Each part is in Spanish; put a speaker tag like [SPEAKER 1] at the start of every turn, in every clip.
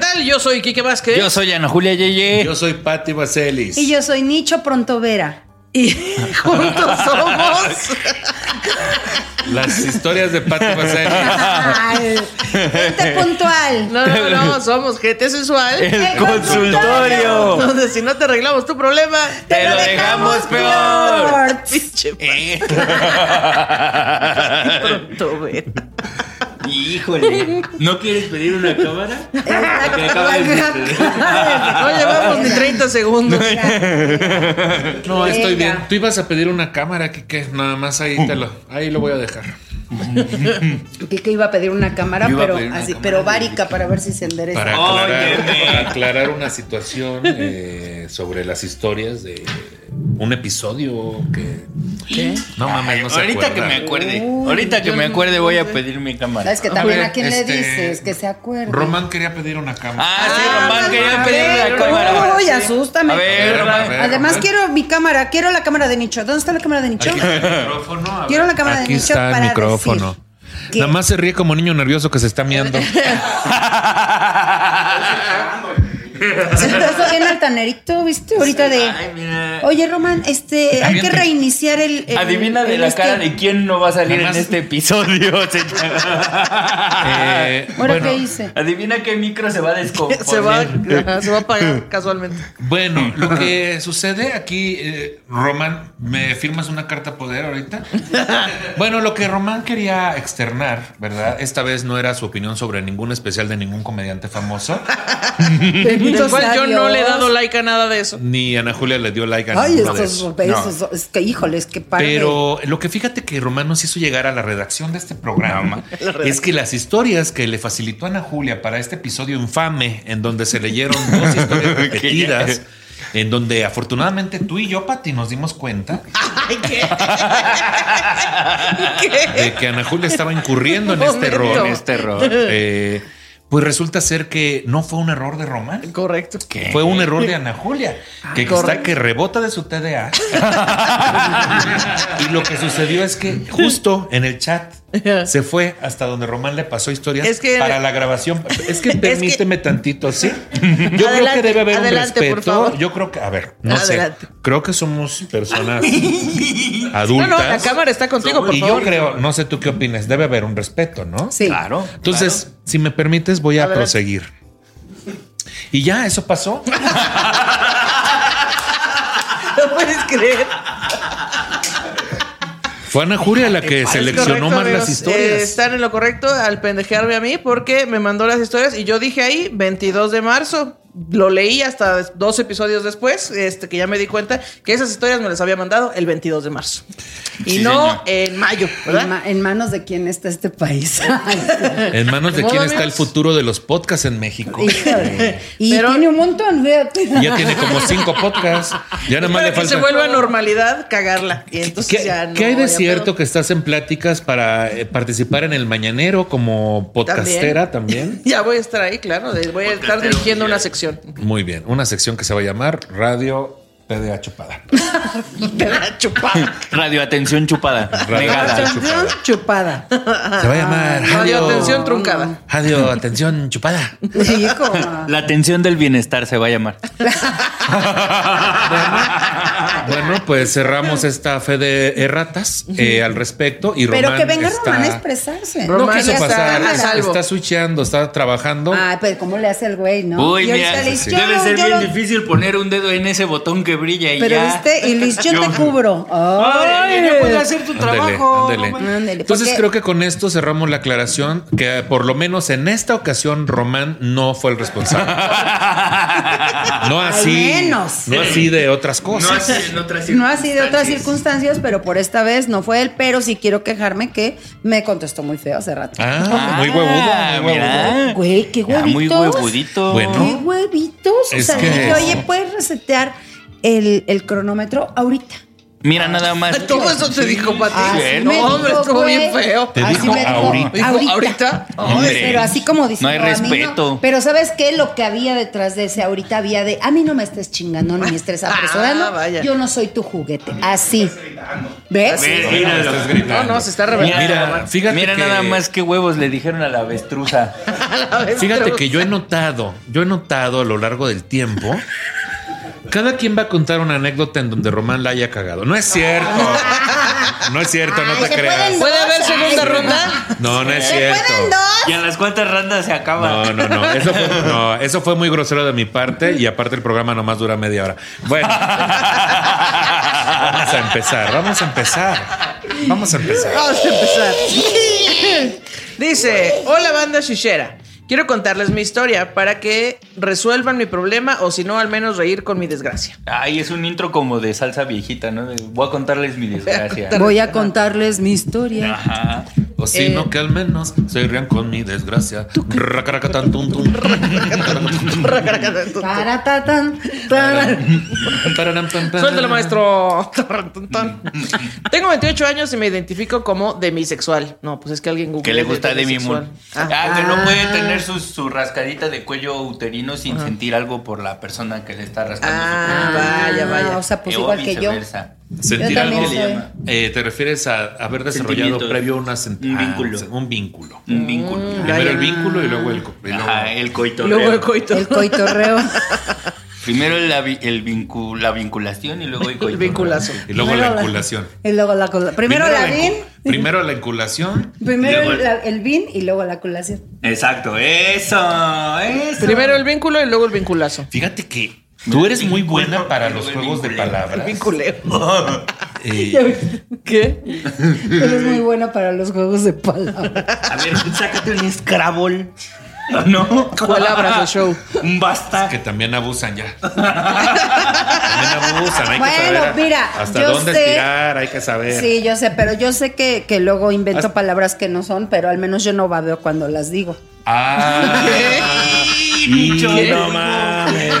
[SPEAKER 1] tal? Yo soy Quique
[SPEAKER 2] ¿Eh?
[SPEAKER 1] Vázquez.
[SPEAKER 3] Yo soy Ana Julia Yeye.
[SPEAKER 4] Yo soy Patti Vaselis.
[SPEAKER 2] Y yo soy Nicho Prontovera.
[SPEAKER 1] Y juntos somos.
[SPEAKER 4] Las historias de Patti Vaselis.
[SPEAKER 2] Ay, Gente puntual.
[SPEAKER 1] No, no, no, somos gente sensual.
[SPEAKER 3] El
[SPEAKER 2] El
[SPEAKER 3] consultorio.
[SPEAKER 1] Donde si no te arreglamos tu problema,
[SPEAKER 3] Te lo dejamos peor.
[SPEAKER 1] Pinche
[SPEAKER 3] Eh.
[SPEAKER 1] pronto, güey.
[SPEAKER 3] Híjole. ¿No quieres pedir una cámara? Porque acaba de-
[SPEAKER 1] No llevamos ni 30 segundos.
[SPEAKER 4] No, estoy
[SPEAKER 2] Venga.
[SPEAKER 4] bien. Tú ibas a pedir una cámara, Kike. Nada más ahí te lo, ahí lo voy a dejar.
[SPEAKER 2] Kike iba a pedir una cámara,
[SPEAKER 4] Yo iba a
[SPEAKER 2] pero
[SPEAKER 4] pedir una
[SPEAKER 2] así,
[SPEAKER 4] cámara
[SPEAKER 2] pero
[SPEAKER 4] de
[SPEAKER 2] várica
[SPEAKER 4] Kike.
[SPEAKER 2] para ver si se endereza.
[SPEAKER 4] Para aclarar,
[SPEAKER 3] Óyeme.
[SPEAKER 4] para aclarar una situación eh, sobre las historias de un episodio que.
[SPEAKER 1] ¿Qué?
[SPEAKER 4] No mames, no se
[SPEAKER 3] ahorita
[SPEAKER 4] acuerda.
[SPEAKER 3] que me acuerde. ahorita que me acuerde voy a pedir mi cámara.
[SPEAKER 2] Sabes que también
[SPEAKER 4] Oye,
[SPEAKER 2] a quién
[SPEAKER 4] este,
[SPEAKER 2] le dices que se acuerde.
[SPEAKER 4] Román quería pedir una cámara.
[SPEAKER 3] Ah, sí,
[SPEAKER 1] Ah,
[SPEAKER 3] Román quería
[SPEAKER 1] a
[SPEAKER 3] pedir
[SPEAKER 1] ver,
[SPEAKER 3] la cámara.
[SPEAKER 2] Uy,
[SPEAKER 1] Sí.
[SPEAKER 2] asústame.
[SPEAKER 3] A ver, Román.
[SPEAKER 4] a ver,
[SPEAKER 2] Además
[SPEAKER 4] Román.
[SPEAKER 2] quiero mi cámara, quiero la cámara de Nicho. ¿Dónde está la cámara de Nicho?
[SPEAKER 4] Aquí está el micrófono. a ver.
[SPEAKER 2] Quiero la cámara de
[SPEAKER 4] Aquí
[SPEAKER 2] Nicho
[SPEAKER 4] está el
[SPEAKER 2] para
[SPEAKER 4] micrófono.
[SPEAKER 2] decir que-
[SPEAKER 4] Nada más se ríe como niño nervioso que se está miando.
[SPEAKER 2] Se te hizo bien altanerito, ¿viste? Ahorita de.
[SPEAKER 3] Ay, mira.
[SPEAKER 2] Oye, Román, este, hay que
[SPEAKER 4] Aviente.
[SPEAKER 2] reiniciar el. el-
[SPEAKER 3] Adivina de
[SPEAKER 2] el
[SPEAKER 3] la
[SPEAKER 2] este-
[SPEAKER 3] cara de quién no va a salir en
[SPEAKER 4] Además-
[SPEAKER 3] este episodio. señora.
[SPEAKER 4] Eh,
[SPEAKER 2] Ahora,
[SPEAKER 4] bueno,
[SPEAKER 2] ¿qué hice?
[SPEAKER 3] Adivina qué micro se va a descomponer.
[SPEAKER 1] Se va, ajá, se va a pagar casualmente.
[SPEAKER 4] Bueno, lo que sucede aquí, eh, Román, ¿me firmas una carta poder ahorita? bueno, lo que Román quería externar, ¿verdad? Esta vez no era su opinión sobre ningún especial de ningún comediante famoso,
[SPEAKER 1] Del
[SPEAKER 2] Bendito
[SPEAKER 1] cual
[SPEAKER 2] sea
[SPEAKER 1] yo no
[SPEAKER 2] Dios.
[SPEAKER 1] le he dado like a nada de eso.
[SPEAKER 4] ni Ana Julia le dio like a
[SPEAKER 2] Ay,
[SPEAKER 4] ninguno de
[SPEAKER 2] estos
[SPEAKER 4] esos.
[SPEAKER 2] besos. Es que, híjole, es que padre.
[SPEAKER 4] pues, Pero lo que fíjate que Román nos hizo llegar a la redacción de este programa es que las historias que le facilitó Ana Julia para este episodio infame, en donde se leyeron dos historias repetidas, en donde afortunadamente tú y yo, Pati, nos dimos cuenta
[SPEAKER 1] Ay, ¿qué? ¿Qué?
[SPEAKER 4] de que Ana Julia estaba incurriendo en este
[SPEAKER 1] Momento.
[SPEAKER 4] error.
[SPEAKER 3] En este error.
[SPEAKER 4] Eh, pues resulta ser que no fue un error de Román.
[SPEAKER 1] Correcto.
[SPEAKER 4] Fue un error de Ana Julia,
[SPEAKER 1] Ah,
[SPEAKER 4] que está que rebota de su TDA. y lo que sucedió es que justo en el chat se fue hasta donde Román le pasó historias
[SPEAKER 1] Es que-
[SPEAKER 4] para la grabación. Es que
[SPEAKER 1] Es que-
[SPEAKER 4] permíteme tantito, ¿sí? Yo creo que
[SPEAKER 1] Adelante,
[SPEAKER 4] debe haber
[SPEAKER 1] adelante,
[SPEAKER 4] un
[SPEAKER 1] por
[SPEAKER 4] respeto.
[SPEAKER 1] favor.
[SPEAKER 4] Yo creo que, a ver, no
[SPEAKER 1] Adelante.
[SPEAKER 4] sé. Creo que somos personas
[SPEAKER 1] No,
[SPEAKER 4] adultas.
[SPEAKER 1] no, la cámara está contigo, por
[SPEAKER 4] y
[SPEAKER 1] favor.
[SPEAKER 4] yo creo, no sé tú qué opinas, debe haber un respeto, ¿no?
[SPEAKER 2] Sí.
[SPEAKER 3] Claro.
[SPEAKER 4] Entonces, si me permites, voy a
[SPEAKER 1] Adelante.
[SPEAKER 4] proseguir. Y ya, eso pasó.
[SPEAKER 1] No puedes creer.
[SPEAKER 4] Fue Ana Julia la que seleccionó
[SPEAKER 1] Ah, Es correcto,
[SPEAKER 4] más
[SPEAKER 1] amigos.
[SPEAKER 4] las
[SPEAKER 1] Eh,
[SPEAKER 4] historias.
[SPEAKER 1] están en lo correcto al pendejearme a mí porque me mandó las historias y yo dije ahí 22 de marzo. Lo leí hasta dos episodios después, este, que ya me di cuenta que esas historias me las había mandado el 22 de marzo. Y
[SPEAKER 3] Sí,
[SPEAKER 1] no
[SPEAKER 3] señor.
[SPEAKER 1] en mayo, ¿verdad?
[SPEAKER 2] En, ma- en manos de quién está este país.
[SPEAKER 4] en manos de
[SPEAKER 1] Bueno,
[SPEAKER 4] quién está el
[SPEAKER 1] amigos.
[SPEAKER 4] futuro de los podcasts en México.
[SPEAKER 2] Híjole. y
[SPEAKER 1] Pero-
[SPEAKER 2] tiene un montón, fíjate.
[SPEAKER 4] ya tiene como cinco podcasts. Ya nada más
[SPEAKER 1] Para
[SPEAKER 4] le
[SPEAKER 1] que
[SPEAKER 4] falta.
[SPEAKER 1] se vuelva normalidad cagarla. Y entonces
[SPEAKER 4] ¿Qué,
[SPEAKER 1] ya no.
[SPEAKER 4] qué hay
[SPEAKER 1] ya
[SPEAKER 4] de cierto
[SPEAKER 1] pedo.
[SPEAKER 4] que estás en pláticas para eh, participar en el mañanero como podcastera también?
[SPEAKER 1] Ya voy a estar ahí, claro. de- Voy a estar dirigiendo una sección.
[SPEAKER 4] Muy bien, una sección que se va a llamar Radio PDA Chupada.
[SPEAKER 1] Te la chupada.
[SPEAKER 3] Radio Atención Chupada. Negada.
[SPEAKER 2] Atención chupada.
[SPEAKER 4] Se va a llamar
[SPEAKER 1] Radio
[SPEAKER 4] Radio,
[SPEAKER 1] atención truncada.
[SPEAKER 4] Radio Atención Chupada.
[SPEAKER 2] Hijo.
[SPEAKER 3] La atención del bienestar se va a llamar.
[SPEAKER 4] Bueno, pues cerramos esta fe de erratas eh, al respecto y Román
[SPEAKER 2] Pero que venga
[SPEAKER 4] está-
[SPEAKER 2] Román a expresarse.
[SPEAKER 4] No
[SPEAKER 1] Román
[SPEAKER 4] quiso
[SPEAKER 1] ya está
[SPEAKER 4] pasar,
[SPEAKER 1] a
[SPEAKER 4] está,
[SPEAKER 1] salvo.
[SPEAKER 4] switchando, está trabajando.
[SPEAKER 2] Ay, pero ¿cómo le hace el güey, no?
[SPEAKER 3] Uy,
[SPEAKER 2] y ahorita
[SPEAKER 3] mira,
[SPEAKER 2] le dice, yo,
[SPEAKER 3] debe ser
[SPEAKER 2] yo
[SPEAKER 3] bien
[SPEAKER 2] lo-
[SPEAKER 3] difícil poner un dedo en ese botón que brilla y
[SPEAKER 2] Pero
[SPEAKER 3] ya.
[SPEAKER 2] viste, y Luis, yo,
[SPEAKER 3] Yo-
[SPEAKER 2] te cubro.
[SPEAKER 3] Ay,
[SPEAKER 2] Ay,
[SPEAKER 3] ya puedes hacer tu
[SPEAKER 4] Ándele,
[SPEAKER 3] trabajo.
[SPEAKER 4] ándele.
[SPEAKER 3] no manches.
[SPEAKER 2] Ándale,
[SPEAKER 4] Entonces
[SPEAKER 2] porque-
[SPEAKER 4] creo que con esto cerramos la aclaración que por lo menos en esta ocasión Román no fue el responsable. No
[SPEAKER 2] Al
[SPEAKER 4] así.
[SPEAKER 2] menos.
[SPEAKER 4] No así de otras
[SPEAKER 3] No
[SPEAKER 4] cosas.
[SPEAKER 3] así en otras
[SPEAKER 2] No ha sido otras
[SPEAKER 3] circunstancias.
[SPEAKER 2] circunstancias, pero por esta vez no fue él. Pero sí quiero quejarme que me contestó muy feo hace rato.
[SPEAKER 4] Ah, muy huevudo.
[SPEAKER 3] Ah,
[SPEAKER 4] muy huevudo.
[SPEAKER 3] mira.
[SPEAKER 2] Güey, qué
[SPEAKER 3] Ah,
[SPEAKER 2] huevitos.
[SPEAKER 3] muy huevudito.
[SPEAKER 4] Bueno.
[SPEAKER 2] Qué huevitos. O
[SPEAKER 4] Es
[SPEAKER 2] sea,
[SPEAKER 4] que-
[SPEAKER 2] le dije, oye, ¿puedes resetear el, el cronómetro ahorita?
[SPEAKER 3] Mira nada más.
[SPEAKER 1] Todo eso te dijo, Pati.
[SPEAKER 2] Ah, sí
[SPEAKER 1] no,
[SPEAKER 2] me
[SPEAKER 1] hombre,
[SPEAKER 2] dijo,
[SPEAKER 1] estuvo bien
[SPEAKER 2] güey.
[SPEAKER 1] feo.
[SPEAKER 4] Te
[SPEAKER 2] Así
[SPEAKER 4] dijo
[SPEAKER 2] me
[SPEAKER 4] ahorita.
[SPEAKER 1] Dijo, ahorita.
[SPEAKER 2] Ay,
[SPEAKER 3] Hombre,
[SPEAKER 2] pero así como dice.
[SPEAKER 3] no hay
[SPEAKER 2] a mí
[SPEAKER 3] respeto.
[SPEAKER 2] Pero ¿sabes qué? Lo que había detrás de ese ahorita había de, a mí no me estés chingando ni me estés apresurando.
[SPEAKER 1] Ah, vaya.
[SPEAKER 2] Yo no soy tu juguete. Así. ¿Ves?
[SPEAKER 3] Ve,
[SPEAKER 4] Mira,
[SPEAKER 3] míralo.
[SPEAKER 4] estás gritando.
[SPEAKER 1] No, no, se está revelando.
[SPEAKER 4] Mira, fíjate
[SPEAKER 3] Mira
[SPEAKER 4] que-
[SPEAKER 3] nada más qué huevos le dijeron a la avestruza.
[SPEAKER 4] Fíjate que yo he notado, yo he notado a lo largo del tiempo. Cada quien va a contar una anécdota en donde Román la haya cagado. No es cierto. No es cierto,
[SPEAKER 2] Ay,
[SPEAKER 4] no te
[SPEAKER 2] se
[SPEAKER 4] creas.
[SPEAKER 2] pueden
[SPEAKER 1] ¿Puede
[SPEAKER 2] dos,
[SPEAKER 1] haber
[SPEAKER 2] ay,
[SPEAKER 1] segunda
[SPEAKER 2] no.
[SPEAKER 1] ronda?
[SPEAKER 4] No, no es
[SPEAKER 2] ¿Se
[SPEAKER 4] cierto.
[SPEAKER 2] pueden dos?
[SPEAKER 3] Y a las cuantas randas se acaba.
[SPEAKER 4] No, no, no. Eso fue, no, eso fue muy grosero de mi parte y aparte el programa nomás dura media hora. Bueno, vamos a empezar, vamos a empezar. Vamos a empezar.
[SPEAKER 1] Vamos a empezar. Dice, hola banda shishera. Quiero contarles mi historia para que resuelvan mi problema o si no, al menos reír con mi desgracia.
[SPEAKER 3] Ay, es un intro como de salsa viejita, ¿no? De, voy a contarles mi desgracia.
[SPEAKER 1] contar-
[SPEAKER 2] Voy a contarles mi historia.
[SPEAKER 3] Ajá.
[SPEAKER 4] O si
[SPEAKER 2] Eh.
[SPEAKER 4] no, que al menos se rían con mi desgracia. Racaracatán, tum, tum.
[SPEAKER 2] Taratatán, taran.
[SPEAKER 4] Tararán, tan, tan.
[SPEAKER 1] Suéltalo, maestro. Tengo 28 años y me identifico como demisexual. No, pues es que alguien
[SPEAKER 3] Que
[SPEAKER 1] googlea
[SPEAKER 3] le
[SPEAKER 1] de-
[SPEAKER 3] gusta de mi
[SPEAKER 1] demisexual.
[SPEAKER 3] Moon. Ah,
[SPEAKER 1] Ah.
[SPEAKER 3] que no puede tener su, su rascadita de cuello uterino sin sentir algo por la persona que le está rascando.
[SPEAKER 1] Ah, vaya, vaya.
[SPEAKER 2] O sea, pues igual que yo.
[SPEAKER 4] Sentir
[SPEAKER 2] Yo
[SPEAKER 4] algo.
[SPEAKER 2] también soy.
[SPEAKER 4] Eh, ¿Te refieres a haber desarrollado
[SPEAKER 3] Sentimientos.
[SPEAKER 4] previo una sent-
[SPEAKER 3] Un
[SPEAKER 4] ah,
[SPEAKER 3] vínculo.
[SPEAKER 4] se- un vínculo.
[SPEAKER 1] Mm.
[SPEAKER 3] Un vínculo.
[SPEAKER 4] Primero
[SPEAKER 1] ya.
[SPEAKER 4] el vínculo y luego el. co- y luego-
[SPEAKER 3] Ajá, el coito.
[SPEAKER 1] Luego el coito.
[SPEAKER 2] El coitorreo.
[SPEAKER 3] Primero la, vi- el vincu- la vinculación y luego el coito.
[SPEAKER 1] El vinculazo.
[SPEAKER 4] y luego la vinculación.
[SPEAKER 2] Y luego la col- Primero la
[SPEAKER 4] la
[SPEAKER 2] vin,
[SPEAKER 4] encu- Primero la inculación.
[SPEAKER 2] primero
[SPEAKER 3] luego el-
[SPEAKER 2] la- el vin y luego la colación.
[SPEAKER 3] Exacto, eso, eso.
[SPEAKER 1] Primero el vínculo y luego el vinculazo.
[SPEAKER 4] Fíjate que tú eres muy buena
[SPEAKER 3] Vinculo,
[SPEAKER 4] para
[SPEAKER 3] luego
[SPEAKER 4] los
[SPEAKER 3] el
[SPEAKER 4] juegos de
[SPEAKER 3] vinculeo.
[SPEAKER 4] palabras.
[SPEAKER 1] Vinculeo.
[SPEAKER 4] Eh,
[SPEAKER 1] ¿Qué?
[SPEAKER 2] Eres muy buena para los juegos de palabras.
[SPEAKER 3] A ver, pues, sácate un Scrabble. ¿No?
[SPEAKER 1] Palabras de show.
[SPEAKER 3] Un basta.
[SPEAKER 4] que también abusan ya. también abusan. Hay que
[SPEAKER 2] Bueno,
[SPEAKER 4] saber a-
[SPEAKER 2] mira,
[SPEAKER 4] hasta
[SPEAKER 2] yo
[SPEAKER 4] dónde
[SPEAKER 2] sé-
[SPEAKER 4] tirar, hay que saber.
[SPEAKER 2] Sí, yo sé, pero yo sé que, que luego invento
[SPEAKER 4] Haz-
[SPEAKER 2] palabras que no son, pero al menos yo no babeo cuando las digo.
[SPEAKER 4] Ah, y
[SPEAKER 3] ¿Qué?
[SPEAKER 4] no mames.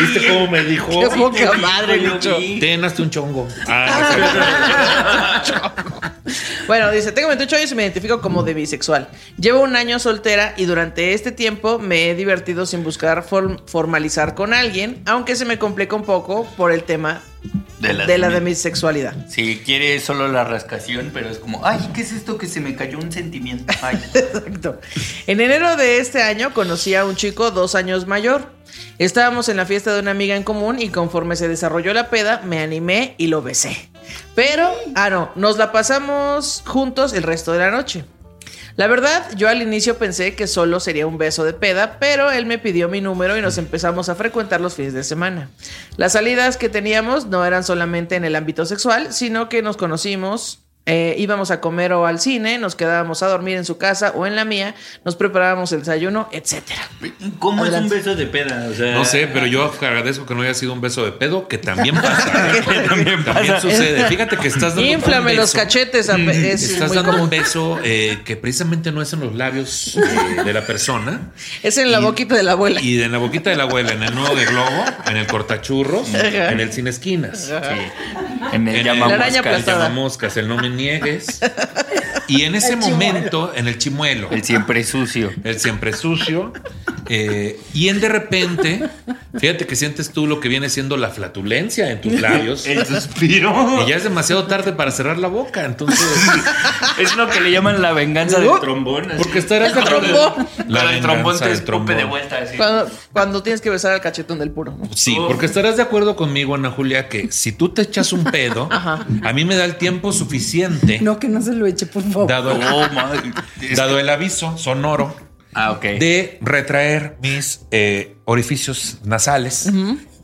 [SPEAKER 4] ¿Viste cómo me dijo?
[SPEAKER 1] Qué poca madre,
[SPEAKER 3] Oh, Yo
[SPEAKER 1] Lucho.
[SPEAKER 3] vi.
[SPEAKER 4] Ten hasta un chongo. Ah,
[SPEAKER 1] Bueno, dice, tengo 28 años y me identifico como de bisexual. Llevo un año soltera y durante este tiempo me he divertido sin buscar form- formalizar con alguien, aunque se me complica un poco por el tema
[SPEAKER 3] De la,
[SPEAKER 1] de la demisexualidad.
[SPEAKER 3] Si quiere solo la rascación, pero es como, ay, ¿qué es esto que se me cayó un sentimiento? Ay.
[SPEAKER 1] Exacto. En enero de este año conocí a un chico dos años mayor. Estábamos en la fiesta de una amiga en común y conforme se desarrolló la peda, me animé y lo besé. Pero, ah, no, nos la pasamos juntos el resto de la noche. La verdad, yo al inicio pensé que solo sería un beso de peda, pero él me pidió mi número y nos empezamos a frecuentar los fines de semana. Las salidas que teníamos no eran solamente en el ámbito sexual, sino que nos conocimos, eh, íbamos a comer o al cine, nos quedábamos a dormir en su casa o en la mía, nos preparábamos el desayuno, etcétera.
[SPEAKER 3] ¿Cómo
[SPEAKER 1] Adelante.
[SPEAKER 3] es un beso de peda? O sea,
[SPEAKER 4] no sé, pero yo agradezco que no haya sido un beso de pedo, que también pasa. ¿eh?
[SPEAKER 3] también
[SPEAKER 4] También
[SPEAKER 3] pasa.
[SPEAKER 4] sucede. Fíjate que estás dando.
[SPEAKER 1] Inflame
[SPEAKER 4] un
[SPEAKER 1] los
[SPEAKER 4] beso.
[SPEAKER 1] cachetes. a- es
[SPEAKER 4] Estás
[SPEAKER 1] muy
[SPEAKER 4] dando
[SPEAKER 1] común.
[SPEAKER 4] un beso eh, que precisamente no es en los labios eh, de la persona
[SPEAKER 1] Es en la boquita de la abuela.
[SPEAKER 4] y en la boquita de la abuela, en el nudo de globo, en el cortachurros, en el sin esquinas.
[SPEAKER 3] En el
[SPEAKER 4] En
[SPEAKER 1] La
[SPEAKER 3] llamamos
[SPEAKER 1] araña
[SPEAKER 4] el
[SPEAKER 1] aplastada.
[SPEAKER 4] llamamoscas, el no me niegues. Y en ese momento, en el chimuelo,
[SPEAKER 3] El siempre sucio.
[SPEAKER 4] el siempre sucio. eh, y en de repente, fíjate que sientes tú lo que viene siendo la flatulencia en tus labios.
[SPEAKER 3] El suspiro.
[SPEAKER 4] Y ya es demasiado tarde para cerrar la boca. Entonces,
[SPEAKER 3] Es lo que le llaman la venganza del trombón. así.
[SPEAKER 4] porque estarás
[SPEAKER 1] El trombón.
[SPEAKER 3] Pero el trombón te
[SPEAKER 4] del
[SPEAKER 3] escupe
[SPEAKER 4] trombón.
[SPEAKER 3] de vuelta. así.
[SPEAKER 1] Cuando, cuando tienes que besar al cachetón del puro. ¿no?
[SPEAKER 4] Sí, porque estarás de acuerdo conmigo, Ana Julia, que si tú te echas un pedo, a mí me da el tiempo suficiente,
[SPEAKER 2] No, que no se lo eche, por favor.
[SPEAKER 4] dado, el-
[SPEAKER 3] Oh, madre.
[SPEAKER 4] dado el aviso sonoro,
[SPEAKER 3] Ah, ok.
[SPEAKER 4] de retraer mis eh, orificios nasales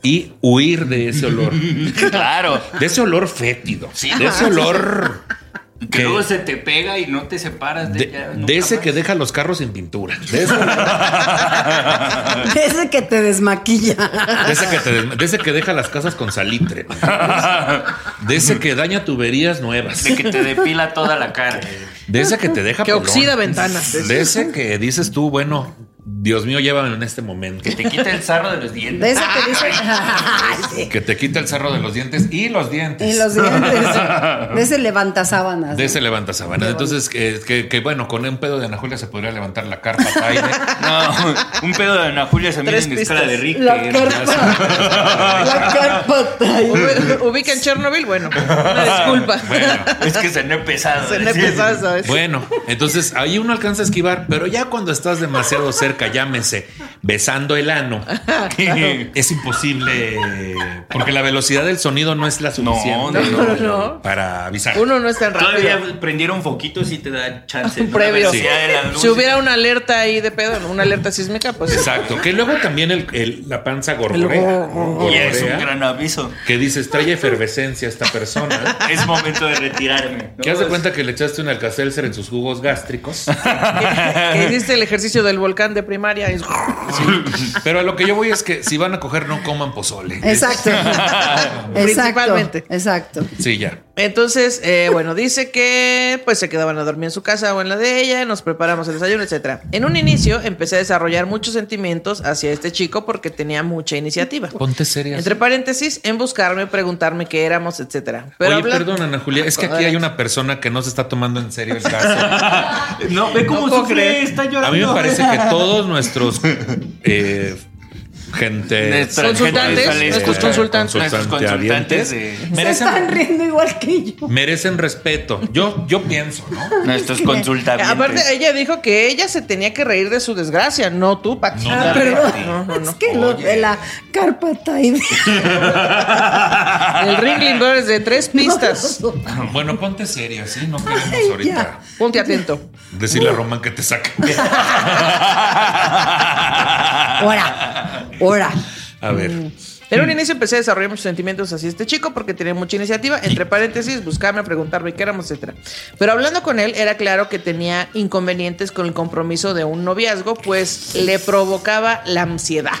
[SPEAKER 4] y huir de ese olor, de
[SPEAKER 3] Claro.
[SPEAKER 4] ese olor fétido,
[SPEAKER 3] Sí.
[SPEAKER 4] de ese olor
[SPEAKER 3] Que
[SPEAKER 4] que-
[SPEAKER 3] luego se te pega y no te separas de,
[SPEAKER 4] de,
[SPEAKER 3] ella
[SPEAKER 4] de
[SPEAKER 3] nunca
[SPEAKER 4] ese
[SPEAKER 3] más.
[SPEAKER 4] que deja los carros sin pintura, de ese, de
[SPEAKER 2] Ese que te desmaquilla.
[SPEAKER 4] ese que te des- de ese que deja las casas con salitre, ¿me entiendes? de ese que daña tuberías nuevas,
[SPEAKER 3] De que te depila toda la cara.
[SPEAKER 4] de ese que te deja
[SPEAKER 1] Que
[SPEAKER 4] pelón,
[SPEAKER 1] oxida ventanas.
[SPEAKER 4] de ese que dices tú, bueno, Dios mío, llévame en este momento.
[SPEAKER 3] Que te quita el sarro de los
[SPEAKER 2] De
[SPEAKER 3] dientes.
[SPEAKER 2] esa que dice.
[SPEAKER 4] Que te quita el cerro de los dientes y los dientes.
[SPEAKER 2] Y los dientes. De ese levanta sábanas.
[SPEAKER 4] De ese levanta sábanas. Entonces, que, que- que, bueno, con un pedo de Ana Julia se podría levantar la carpa Taide.
[SPEAKER 3] No, un pedo de Ana Julia se mide
[SPEAKER 1] Tres
[SPEAKER 3] en escala
[SPEAKER 1] pistas.
[SPEAKER 3] de Richter.
[SPEAKER 2] La carpa. La carpa.
[SPEAKER 1] Ubi- Ubica en Chernobyl, bueno, una disculpa.
[SPEAKER 4] Bueno,
[SPEAKER 3] Es que se no he pesado.
[SPEAKER 1] Se le empezaba, ¿sabes?
[SPEAKER 4] bueno, entonces ahí uno alcanza a esquivar, pero ya cuando estás demasiado cerca, llámese besando el ano, es imposible porque la velocidad del sonido no es la
[SPEAKER 3] No, no,
[SPEAKER 4] suficiente
[SPEAKER 3] no.
[SPEAKER 1] no.
[SPEAKER 4] para avisar.
[SPEAKER 1] Uno no es tan rápido.
[SPEAKER 3] Todavía prendieron foquitos y te da chance.
[SPEAKER 1] Un
[SPEAKER 3] ¿no?
[SPEAKER 1] previo.
[SPEAKER 3] La velocidad de la luz.
[SPEAKER 1] Si hubiera una alerta ahí de pedo, una alerta sísmica, pues.
[SPEAKER 4] Exacto. Que luego también el- el- la panza gorgorea.
[SPEAKER 3] Y es un
[SPEAKER 4] gorgorea,
[SPEAKER 3] gran aviso.
[SPEAKER 4] Que dices, trae efervescencia esta persona.
[SPEAKER 3] Es momento de retirarme. ¿no?
[SPEAKER 4] Que haz de cuenta que le echaste un alcacelser en sus jugos gástricos.
[SPEAKER 1] Que hiciste el ejercicio del volcán de primaria. y-
[SPEAKER 4] Pero a lo que yo voy es que si van a coger, no coman pozole.
[SPEAKER 2] Exacto.
[SPEAKER 1] Principalmente.
[SPEAKER 2] Exacto. Exacto.
[SPEAKER 4] Sí, ya.
[SPEAKER 1] Entonces, eh, bueno, dice que pues se quedaban a dormir en su casa o en la de ella, nos preparamos el desayuno, etcétera. En un inicio empecé a desarrollar muchos sentimientos hacia este chico porque tenía mucha iniciativa.
[SPEAKER 4] Ponte seria.
[SPEAKER 1] Entre paréntesis, en buscarme, preguntarme qué éramos, etcétera. Pero
[SPEAKER 4] Oye,
[SPEAKER 1] habla-
[SPEAKER 4] perdón, Ana Julia, es que aquí hay una persona que no se está tomando en serio el caso.
[SPEAKER 3] No, ve cómo
[SPEAKER 1] No puedo
[SPEAKER 3] sufre,
[SPEAKER 1] creer.
[SPEAKER 3] está llorando.
[SPEAKER 4] A mí me parece que todos nuestros eh, gente
[SPEAKER 3] Nuestra
[SPEAKER 1] Consultantes,
[SPEAKER 3] gente de
[SPEAKER 1] nuestros
[SPEAKER 3] Jalisco,
[SPEAKER 1] consultantes.
[SPEAKER 3] nuestros consultantes de-
[SPEAKER 2] Se están
[SPEAKER 4] merecen,
[SPEAKER 2] riendo igual que yo.
[SPEAKER 4] merecen respeto. Yo, yo pienso, ¿no?
[SPEAKER 3] Nuestros consultantes.
[SPEAKER 1] Aparte, ella dijo que ella se tenía que reír de su desgracia, no tú, Pati.
[SPEAKER 4] No,
[SPEAKER 2] Ah,
[SPEAKER 4] Dale,
[SPEAKER 2] perdón.
[SPEAKER 1] No, no, no.
[SPEAKER 2] Es que lo de la carpa taide.
[SPEAKER 1] El Ringling Brothers de tres pistas.
[SPEAKER 2] No,
[SPEAKER 4] Bueno, ponte seria, sí, no queremos
[SPEAKER 2] Ay,
[SPEAKER 4] ahorita
[SPEAKER 1] Ponte atento.
[SPEAKER 4] decirle a Román que te saque.
[SPEAKER 2] Ora, ora.
[SPEAKER 4] A
[SPEAKER 2] Mm.
[SPEAKER 4] ver.
[SPEAKER 1] En un inicio empecé a desarrollar muchos sentimientos hacia este chico porque tenía mucha iniciativa, entre paréntesis, buscarme, preguntarme qué éramos, etcétera. Pero hablando con él, era claro que tenía inconvenientes con el compromiso de un noviazgo, pues le provocaba la ansiedad.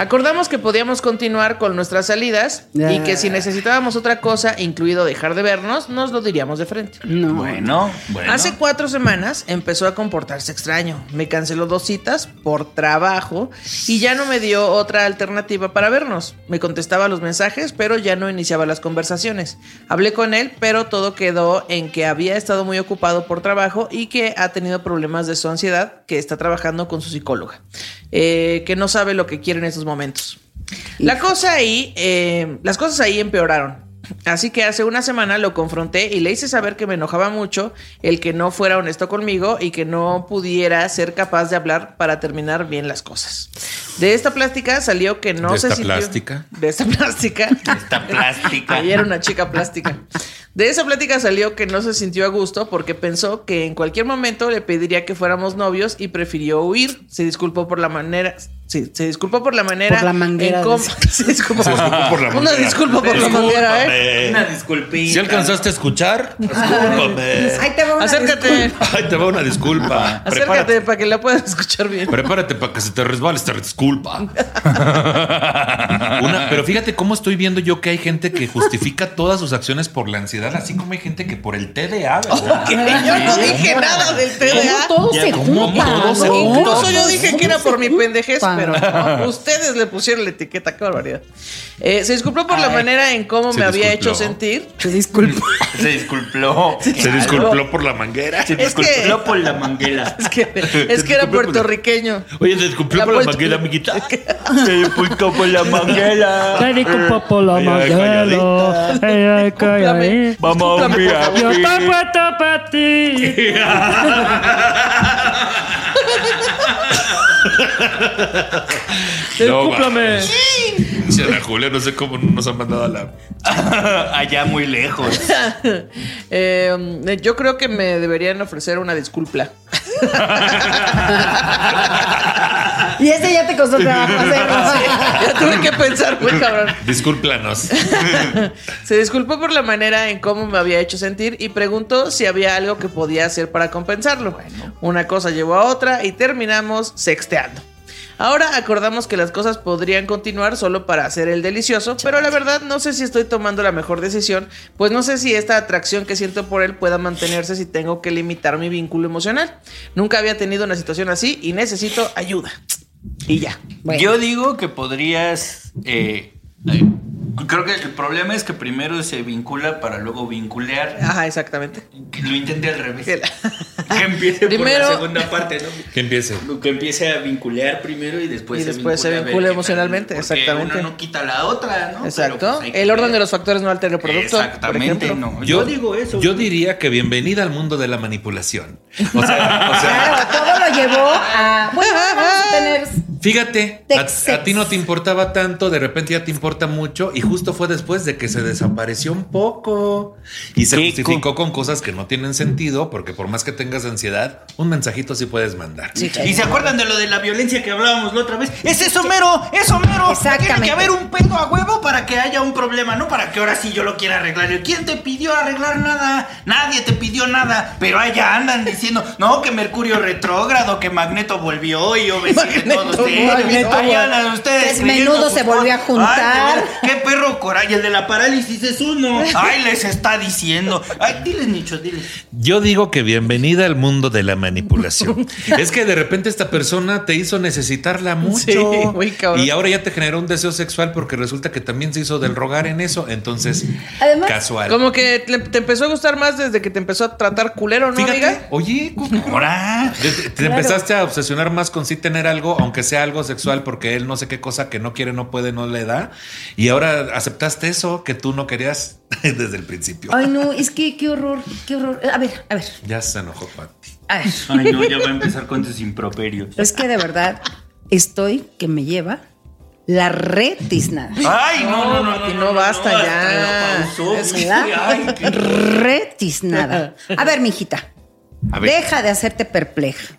[SPEAKER 1] Acordamos que podíamos continuar con nuestras salidas y que
[SPEAKER 2] Ah.
[SPEAKER 1] si necesitábamos otra cosa, incluido dejar de vernos, nos lo diríamos de frente.
[SPEAKER 2] No.
[SPEAKER 3] Bueno, bueno.
[SPEAKER 1] Hace cuatro semanas empezó a comportarse extraño. Me canceló dos citas por trabajo y ya no me dio otra alternativa para vernos. Me contestaba los mensajes, pero ya no iniciaba las conversaciones. Hablé con él, pero todo quedó en que había estado muy ocupado por trabajo y que ha tenido problemas de su ansiedad, que está trabajando con su psicóloga, eh, que no sabe lo que quiere en esos momentos. La cosa ahí, eh, las cosas ahí empeoraron. Así que hace una semana lo confronté y le hice saber que me enojaba mucho el que no fuera honesto conmigo y que no pudiera ser capaz de hablar para terminar bien las cosas. De esta plástica salió que no
[SPEAKER 4] ¿De
[SPEAKER 1] se
[SPEAKER 4] esta
[SPEAKER 1] sintió-
[SPEAKER 4] plástica?
[SPEAKER 1] De esta plástica.
[SPEAKER 3] Esta plástica.
[SPEAKER 1] Ayer una chica plástica. De esa plática salió que no se sintió a gusto porque pensó que en cualquier momento le pediría que fuéramos novios y prefirió huir. Se disculpó por la manera. sí, se disculpó por la manera.
[SPEAKER 2] Por la manguera,
[SPEAKER 1] en cómo-
[SPEAKER 2] dice.
[SPEAKER 1] se disculpó
[SPEAKER 4] Se disculpó por la
[SPEAKER 1] Una
[SPEAKER 4] manguera.
[SPEAKER 1] disculpa por la manguera, ¿eh?
[SPEAKER 3] Una disculpita.
[SPEAKER 4] Si alcanzaste a escuchar, discúlpame.
[SPEAKER 2] Ahí te va una
[SPEAKER 1] Acércate,
[SPEAKER 4] Ay, te va una disculpa.
[SPEAKER 1] acércate para que la puedas escuchar bien.
[SPEAKER 4] Prepárate para que se te resbale esta disculpa. Una- pero fíjate cómo estoy viendo yo que hay gente que justifica todas sus acciones por la ansiedad, así como hay gente que por el TDA, ¿verdad?
[SPEAKER 1] Oh, Yo no dije nada del
[SPEAKER 2] ¿Cómo
[SPEAKER 1] TDA.
[SPEAKER 2] todo
[SPEAKER 3] Ya,
[SPEAKER 2] se
[SPEAKER 4] ¿cómo
[SPEAKER 2] junta?
[SPEAKER 4] todo se
[SPEAKER 2] no?
[SPEAKER 4] junta?
[SPEAKER 1] Ah, Incluso yo dije que era por mi pendejez,
[SPEAKER 2] Pa.
[SPEAKER 1] pero no, ustedes le pusieron la etiqueta, qué barbaridad. Eh, se disculpó por la
[SPEAKER 3] Ay.
[SPEAKER 1] manera en cómo
[SPEAKER 4] Se
[SPEAKER 1] me había
[SPEAKER 4] disculpó.
[SPEAKER 1] hecho sentir.
[SPEAKER 2] Te disculpo.
[SPEAKER 3] Se disculpó.
[SPEAKER 4] Se disculpó por la manguera.
[SPEAKER 3] Se
[SPEAKER 1] Es que-
[SPEAKER 3] disculpó por la manguela.
[SPEAKER 1] Es que, es que era puertorriqueño.
[SPEAKER 4] Oye, te disculpó
[SPEAKER 1] La
[SPEAKER 4] por la
[SPEAKER 1] puerta-
[SPEAKER 4] manguera, amiguita.
[SPEAKER 3] Se disculpó por la manguela.
[SPEAKER 5] Te disculpo por la manguera. Ey, ay,
[SPEAKER 1] Discúlpame.
[SPEAKER 5] cállate.
[SPEAKER 3] Vamos a un
[SPEAKER 5] Yo estoy
[SPEAKER 3] viaje.
[SPEAKER 5] puesto para ti. Discúlpame.
[SPEAKER 4] Si Ana Julia, no sé cómo nos ha mandado a la.
[SPEAKER 3] Allá muy lejos.
[SPEAKER 1] Eh, yo creo que me deberían ofrecer una disculpa.
[SPEAKER 2] Y ese ya te costó trabajo Ah. hacerlo.
[SPEAKER 1] Ya tuve que pensar, muy cabrón.
[SPEAKER 4] Discúlplanos.
[SPEAKER 1] Se disculpó por la manera en cómo me había hecho sentir y preguntó si había algo que podía hacer para compensarlo. Una cosa llevó a otra y terminamos sexteando. Ahora acordamos que las cosas podrían continuar solo para hacer el delicioso, pero la verdad no sé si estoy tomando la mejor decisión, pues no sé si esta atracción que siento por él pueda mantenerse si tengo que limitar mi vínculo emocional. Nunca había tenido una situación así y necesito ayuda. Y ya.
[SPEAKER 2] Bueno.
[SPEAKER 3] Yo digo que podrías. eh, eh, creo que el problema es que primero se vincula para luego vincular.
[SPEAKER 1] Ajá, exactamente.
[SPEAKER 3] Que lo intente al revés.
[SPEAKER 1] Que
[SPEAKER 3] Que,
[SPEAKER 1] la-
[SPEAKER 3] empiece
[SPEAKER 1] Primero-
[SPEAKER 3] por la segunda parte, ¿no?
[SPEAKER 4] Que empiece.
[SPEAKER 3] Que empiece a vincular primero y después,
[SPEAKER 1] Y después se
[SPEAKER 3] a ver
[SPEAKER 1] vincula
[SPEAKER 3] qué tal,
[SPEAKER 1] emocionalmente,
[SPEAKER 3] porque
[SPEAKER 1] exactamente.
[SPEAKER 3] Uno no quita la otra, ¿no? Pero,
[SPEAKER 1] Exacto.
[SPEAKER 3] pues, hay que
[SPEAKER 1] el orden
[SPEAKER 3] ver.
[SPEAKER 1] de los factores no altera el producto. por
[SPEAKER 3] Exactamente,
[SPEAKER 1] ejemplo.
[SPEAKER 3] no. Yo, digo eso.
[SPEAKER 4] Yo diría que bienvenida al mundo de la manipulación. O sea, o sea,
[SPEAKER 2] Claro, todo lo llevó a. Bueno, vamos a tener.
[SPEAKER 4] Fíjate,
[SPEAKER 2] Tex-Ex.
[SPEAKER 4] a, a ti no te importaba tanto, de repente ya te importa mucho y justo fue después de que se desapareció un poco y se
[SPEAKER 3] Chico.
[SPEAKER 4] justificó con cosas que no tienen sentido porque por más que tengas ansiedad, un mensajito sí puedes mandar.
[SPEAKER 2] Sí,
[SPEAKER 3] ¿Y se acuerdan de lo de la violencia que hablábamos la otra vez? Es eso mero, eso mero. Tiene
[SPEAKER 2] Exactamente.
[SPEAKER 3] que haber un pedo a huevo para que haya un problema, no para que ahora sí yo lo quiera arreglar. Yo, ¿Quién te pidió arreglar nada? Nadie te pidió nada. Pero allá andan diciendo, no, que Mercurio retrógrado, que Magneto volvió y obedece
[SPEAKER 1] Magneto
[SPEAKER 3] todos ustedes.
[SPEAKER 1] volvió.
[SPEAKER 3] Ahí andan ustedes.
[SPEAKER 2] Que
[SPEAKER 3] creyendo
[SPEAKER 2] Menudo
[SPEAKER 3] sus
[SPEAKER 2] se volvió a
[SPEAKER 3] cosas.
[SPEAKER 2] juntar.
[SPEAKER 3] Ay, de ver- qué perro coraje. El de la parálisis es uno. Ay, les está diciendo. Ay, diles, nichos, diles.
[SPEAKER 4] Yo digo que bienvenida al mundo de la manipulación. es que de repente esta persona te hizo necesitarla mucho
[SPEAKER 1] Sí, muy cabrón.
[SPEAKER 4] y ahora ya te generó un deseo sexual porque resulta que también se hizo del rogar en eso, entonces
[SPEAKER 2] Además,
[SPEAKER 4] casual.
[SPEAKER 1] Como que le- te empezó a gustar más desde que te empezó a tratar culero, ¿no, amiga?
[SPEAKER 4] oye, ¿cómo?
[SPEAKER 3] Ahora.
[SPEAKER 4] Te, te empezaste a obsesionar más con sí tener algo, aunque sea algo sexual, porque él no sé qué cosa que no quiere, no puede, no le da. Y ahora aceptaste eso que tú no querías desde el principio.
[SPEAKER 2] Ay, no, es que qué horror, qué horror. A ver, a ver,
[SPEAKER 4] Ya se enojó, Pati.
[SPEAKER 2] a ver.
[SPEAKER 3] Ay, no, ya va a empezar con tus improperios.
[SPEAKER 2] Es que de verdad estoy que me lleva la retiznada.
[SPEAKER 3] Ay, no, no, no,
[SPEAKER 1] Pati, no, basta ya.
[SPEAKER 3] Es
[SPEAKER 1] Es
[SPEAKER 2] Retiznada. A ver, mijita.
[SPEAKER 4] A ver.
[SPEAKER 2] Deja de hacerte perpleja.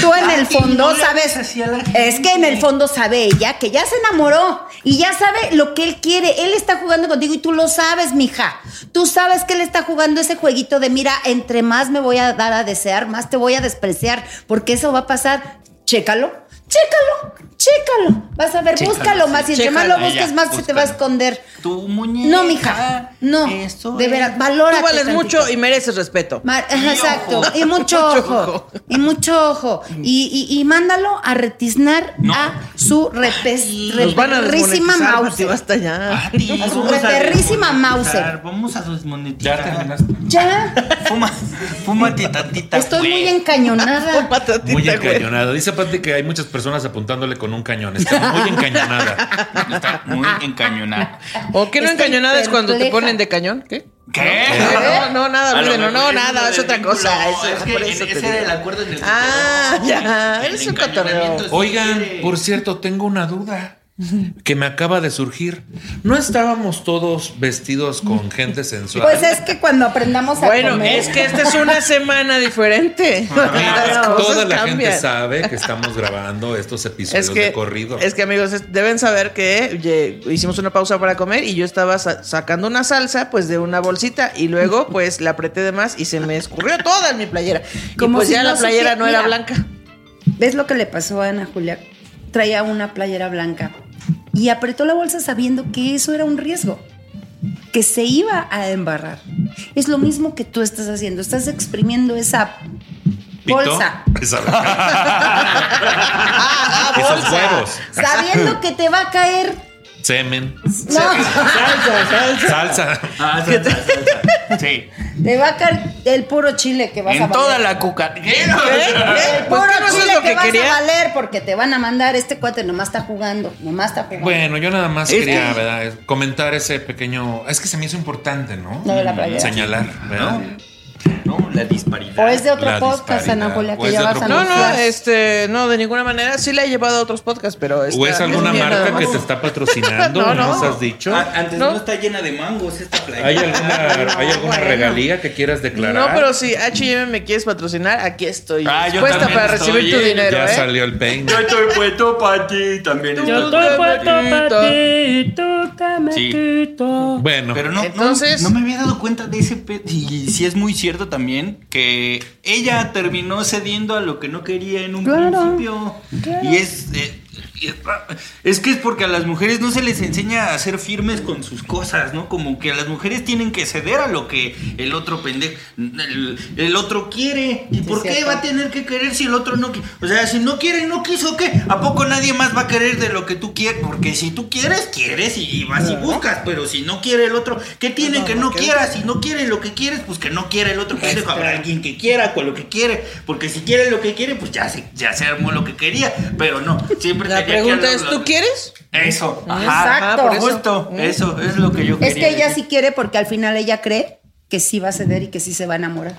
[SPEAKER 2] Tú en el fondo
[SPEAKER 3] no le
[SPEAKER 2] sabes.
[SPEAKER 3] hagas así a la gente.
[SPEAKER 2] Es que en el fondo sabe ella que ya se enamoró y ya sabe lo que él quiere. Él está jugando contigo y tú lo sabes, mija. Tú sabes que él está jugando ese jueguito de mira, entre más me voy a dar a desear, más te voy a despreciar, porque eso va a pasar. Chécalo, chécalo, chécalo. Vas a ver,
[SPEAKER 3] Chécalo,
[SPEAKER 2] búscalo más y entre más lo
[SPEAKER 3] chécalo.
[SPEAKER 2] busques,
[SPEAKER 3] Ya,
[SPEAKER 2] más se te va a
[SPEAKER 3] búscalo.
[SPEAKER 2] esconder.
[SPEAKER 3] Tu muñeca.
[SPEAKER 2] No, mija, no.
[SPEAKER 3] Eso
[SPEAKER 2] de
[SPEAKER 3] es.
[SPEAKER 2] veras,
[SPEAKER 1] Tú
[SPEAKER 2] valora.
[SPEAKER 1] vales mucho y mereces respeto.
[SPEAKER 2] Mar-
[SPEAKER 3] Y
[SPEAKER 2] exacto,
[SPEAKER 3] ojo.
[SPEAKER 2] y mucho
[SPEAKER 1] Mucho
[SPEAKER 2] ojo,
[SPEAKER 1] ojo.
[SPEAKER 2] y mucho ojo, y, y- y mándalo a retiznar
[SPEAKER 3] No.
[SPEAKER 2] a su repes,
[SPEAKER 1] Nos van a
[SPEAKER 2] reperrísima
[SPEAKER 1] desmonetizar,
[SPEAKER 2] mouse.
[SPEAKER 1] Pati, basta ya.
[SPEAKER 3] Pati,
[SPEAKER 2] A su
[SPEAKER 3] vamos a
[SPEAKER 2] perrísima
[SPEAKER 3] desmonetizar,
[SPEAKER 2] Mauser.
[SPEAKER 3] Vamos a desmonetizar.
[SPEAKER 2] Ya,
[SPEAKER 3] Fuma, fúmate tantita.
[SPEAKER 2] estoy
[SPEAKER 3] güey.
[SPEAKER 2] muy encañonada.
[SPEAKER 1] Patatita,
[SPEAKER 4] Muy
[SPEAKER 1] güey.
[SPEAKER 4] encañonada. Dice Pati que hay muchas personas apuntándole con un cañón. Está muy encañonada.
[SPEAKER 3] Está muy
[SPEAKER 1] Ah.
[SPEAKER 3] encañonada.
[SPEAKER 1] ¿O qué no
[SPEAKER 2] Estoy
[SPEAKER 1] encañonada es cuando te
[SPEAKER 2] perpleja.
[SPEAKER 1] ponen de cañón? ¿Qué?
[SPEAKER 3] ¿Qué?
[SPEAKER 1] No, ¿Eh? no, nada,
[SPEAKER 3] A lo
[SPEAKER 1] Rubén, no,
[SPEAKER 3] mejor eso
[SPEAKER 1] nada, es
[SPEAKER 3] del
[SPEAKER 1] otra cosa.
[SPEAKER 3] vínculo,
[SPEAKER 1] eso,
[SPEAKER 3] es que
[SPEAKER 1] por
[SPEAKER 3] en-
[SPEAKER 1] eso te
[SPEAKER 3] ese
[SPEAKER 1] digo.
[SPEAKER 3] era el acuerdo en el que
[SPEAKER 1] Ah,
[SPEAKER 3] quedó.
[SPEAKER 1] ya,
[SPEAKER 3] El
[SPEAKER 1] es un cotorreo.
[SPEAKER 3] encañonamiento sí
[SPEAKER 4] Oigan,
[SPEAKER 3] quiere.
[SPEAKER 4] por cierto, tengo una duda que me acaba de surgir. ¿No estábamos todos vestidos con gente sensual?
[SPEAKER 2] Pues es que cuando aprendamos a
[SPEAKER 1] Bueno,
[SPEAKER 2] comer,
[SPEAKER 1] es que esta es una semana diferente. Las cosas
[SPEAKER 4] Toda la
[SPEAKER 1] cambian.
[SPEAKER 4] gente sabe que estamos grabando estos episodios
[SPEAKER 1] Es que,
[SPEAKER 4] de corrido.
[SPEAKER 1] es que amigos, es- deben saber que ye- hicimos una pausa para comer y yo estaba sa- sacando una salsa pues de una bolsita y luego pues la apreté de más y se me escurrió toda en mi playera. y
[SPEAKER 2] Como
[SPEAKER 1] pues
[SPEAKER 2] si
[SPEAKER 1] ya
[SPEAKER 2] no
[SPEAKER 1] la playera
[SPEAKER 2] supiera-
[SPEAKER 1] no era
[SPEAKER 2] mira.
[SPEAKER 1] blanca.
[SPEAKER 2] ¿ves lo que le pasó a Ana Julia? Traía una playera blanca y apretó la bolsa sabiendo que eso era un riesgo, que se iba a embarrar. Es lo mismo que tú estás haciendo, estás exprimiendo esa
[SPEAKER 4] ¿Pito?
[SPEAKER 2] bolsa.
[SPEAKER 4] Esa- Esos huevos.
[SPEAKER 2] Sabiendo que te va a caer.
[SPEAKER 4] Semen.
[SPEAKER 2] No,
[SPEAKER 4] Salsa.
[SPEAKER 3] Ah, salsa, salsa. Sí.
[SPEAKER 2] te va a caer el puro chile que vas a
[SPEAKER 3] En
[SPEAKER 2] valer.
[SPEAKER 3] toda la cuca.
[SPEAKER 2] El
[SPEAKER 1] Pues
[SPEAKER 2] puro
[SPEAKER 1] que no eso es
[SPEAKER 2] chile
[SPEAKER 1] lo
[SPEAKER 2] que,
[SPEAKER 1] que
[SPEAKER 2] vas
[SPEAKER 1] quería.
[SPEAKER 2] a valer porque te van a mandar. Este cuate nomás está jugando. Nomás está jugando.
[SPEAKER 4] Bueno, yo nada más
[SPEAKER 3] Es
[SPEAKER 4] quería
[SPEAKER 3] que-
[SPEAKER 4] ¿verdad? Es comentar ese pequeño. Es que se me hizo importante, ¿no? Mm,
[SPEAKER 2] Lo de la playera.
[SPEAKER 4] Señalar, ¿verdad?
[SPEAKER 3] ¿No? No, la disparidad.
[SPEAKER 2] o es de otro
[SPEAKER 4] La
[SPEAKER 2] podcast,
[SPEAKER 4] disparidad.
[SPEAKER 2] Ana Julia,
[SPEAKER 4] O
[SPEAKER 2] que
[SPEAKER 4] es
[SPEAKER 2] ya
[SPEAKER 4] de
[SPEAKER 2] vas
[SPEAKER 4] otro
[SPEAKER 2] a
[SPEAKER 1] No, no,
[SPEAKER 2] anunciar.
[SPEAKER 1] este, no, de ninguna manera. Sí la he llevado a otros podcasts, pero
[SPEAKER 4] ¿O es
[SPEAKER 1] esta-
[SPEAKER 4] alguna
[SPEAKER 1] mía nada
[SPEAKER 4] marca
[SPEAKER 1] más.
[SPEAKER 4] que te está patrocinando?
[SPEAKER 1] No,
[SPEAKER 4] ¿No,
[SPEAKER 1] no.
[SPEAKER 4] nos has dicho?
[SPEAKER 3] Ah, antes
[SPEAKER 1] No.
[SPEAKER 3] no. está llena de mangos esta playa.
[SPEAKER 4] ¿Hay alguna,
[SPEAKER 2] No,
[SPEAKER 4] ¿hay alguna
[SPEAKER 2] bueno.
[SPEAKER 4] regalía que quieras declarar?
[SPEAKER 1] No, pero si H&M me quieres patrocinar, aquí estoy.
[SPEAKER 3] Ah, yo
[SPEAKER 1] dispuesta
[SPEAKER 3] también
[SPEAKER 1] para recibir
[SPEAKER 3] estoy,
[SPEAKER 1] tu
[SPEAKER 3] eh,
[SPEAKER 1] dinero,
[SPEAKER 4] ya
[SPEAKER 1] ¿eh?
[SPEAKER 4] salió el peine.
[SPEAKER 3] Yo estoy puesto para ti también.
[SPEAKER 5] Yo
[SPEAKER 3] estoy-
[SPEAKER 5] estoy puesto
[SPEAKER 1] Patito.
[SPEAKER 5] para ti, tú que me
[SPEAKER 3] Sí.
[SPEAKER 5] quito.
[SPEAKER 4] Bueno,
[SPEAKER 3] Pero no, no-
[SPEAKER 1] Entonces-
[SPEAKER 3] no, me había dado cuenta de ese pet. Y sí es muy cierto también que ella terminó cediendo a lo que no quería en un
[SPEAKER 2] Claro,
[SPEAKER 3] principio. Y es. eh, Es que es porque a las mujeres no se les enseña a ser firmes con sus cosas, ¿no? Como que las mujeres tienen que ceder a lo que el otro pendejo, el, el otro quiere. ¿Y por qué
[SPEAKER 2] cierto.
[SPEAKER 3] va a tener que querer si el otro no quiere? O sea, si no quiere y no quiso, ¿qué? ¿A poco nadie más va a querer de lo que tú quieres? Porque si tú quieres, quieres y, y vas y buscas, pero si no quiere el otro, ¿qué tiene que no quiera? Si no quiere lo que quieres, pues que no quiere el otro pendejo. Habrá alguien que quiera con lo que quiere, porque si quiere lo que quiere, pues ya se, ya se armó lo que quería, pero no, siempre
[SPEAKER 1] La
[SPEAKER 3] tenía que
[SPEAKER 1] pregunta
[SPEAKER 3] hablar-
[SPEAKER 1] es, ¿tú quieres?
[SPEAKER 3] Eso, ajá,
[SPEAKER 2] Exacto.
[SPEAKER 3] ajá, por eso. justo, eso es lo que yo
[SPEAKER 2] Es
[SPEAKER 3] quería
[SPEAKER 2] que ella
[SPEAKER 3] decir.
[SPEAKER 2] sí quiere porque al final ella cree que sí va a ceder y que sí se va a enamorar.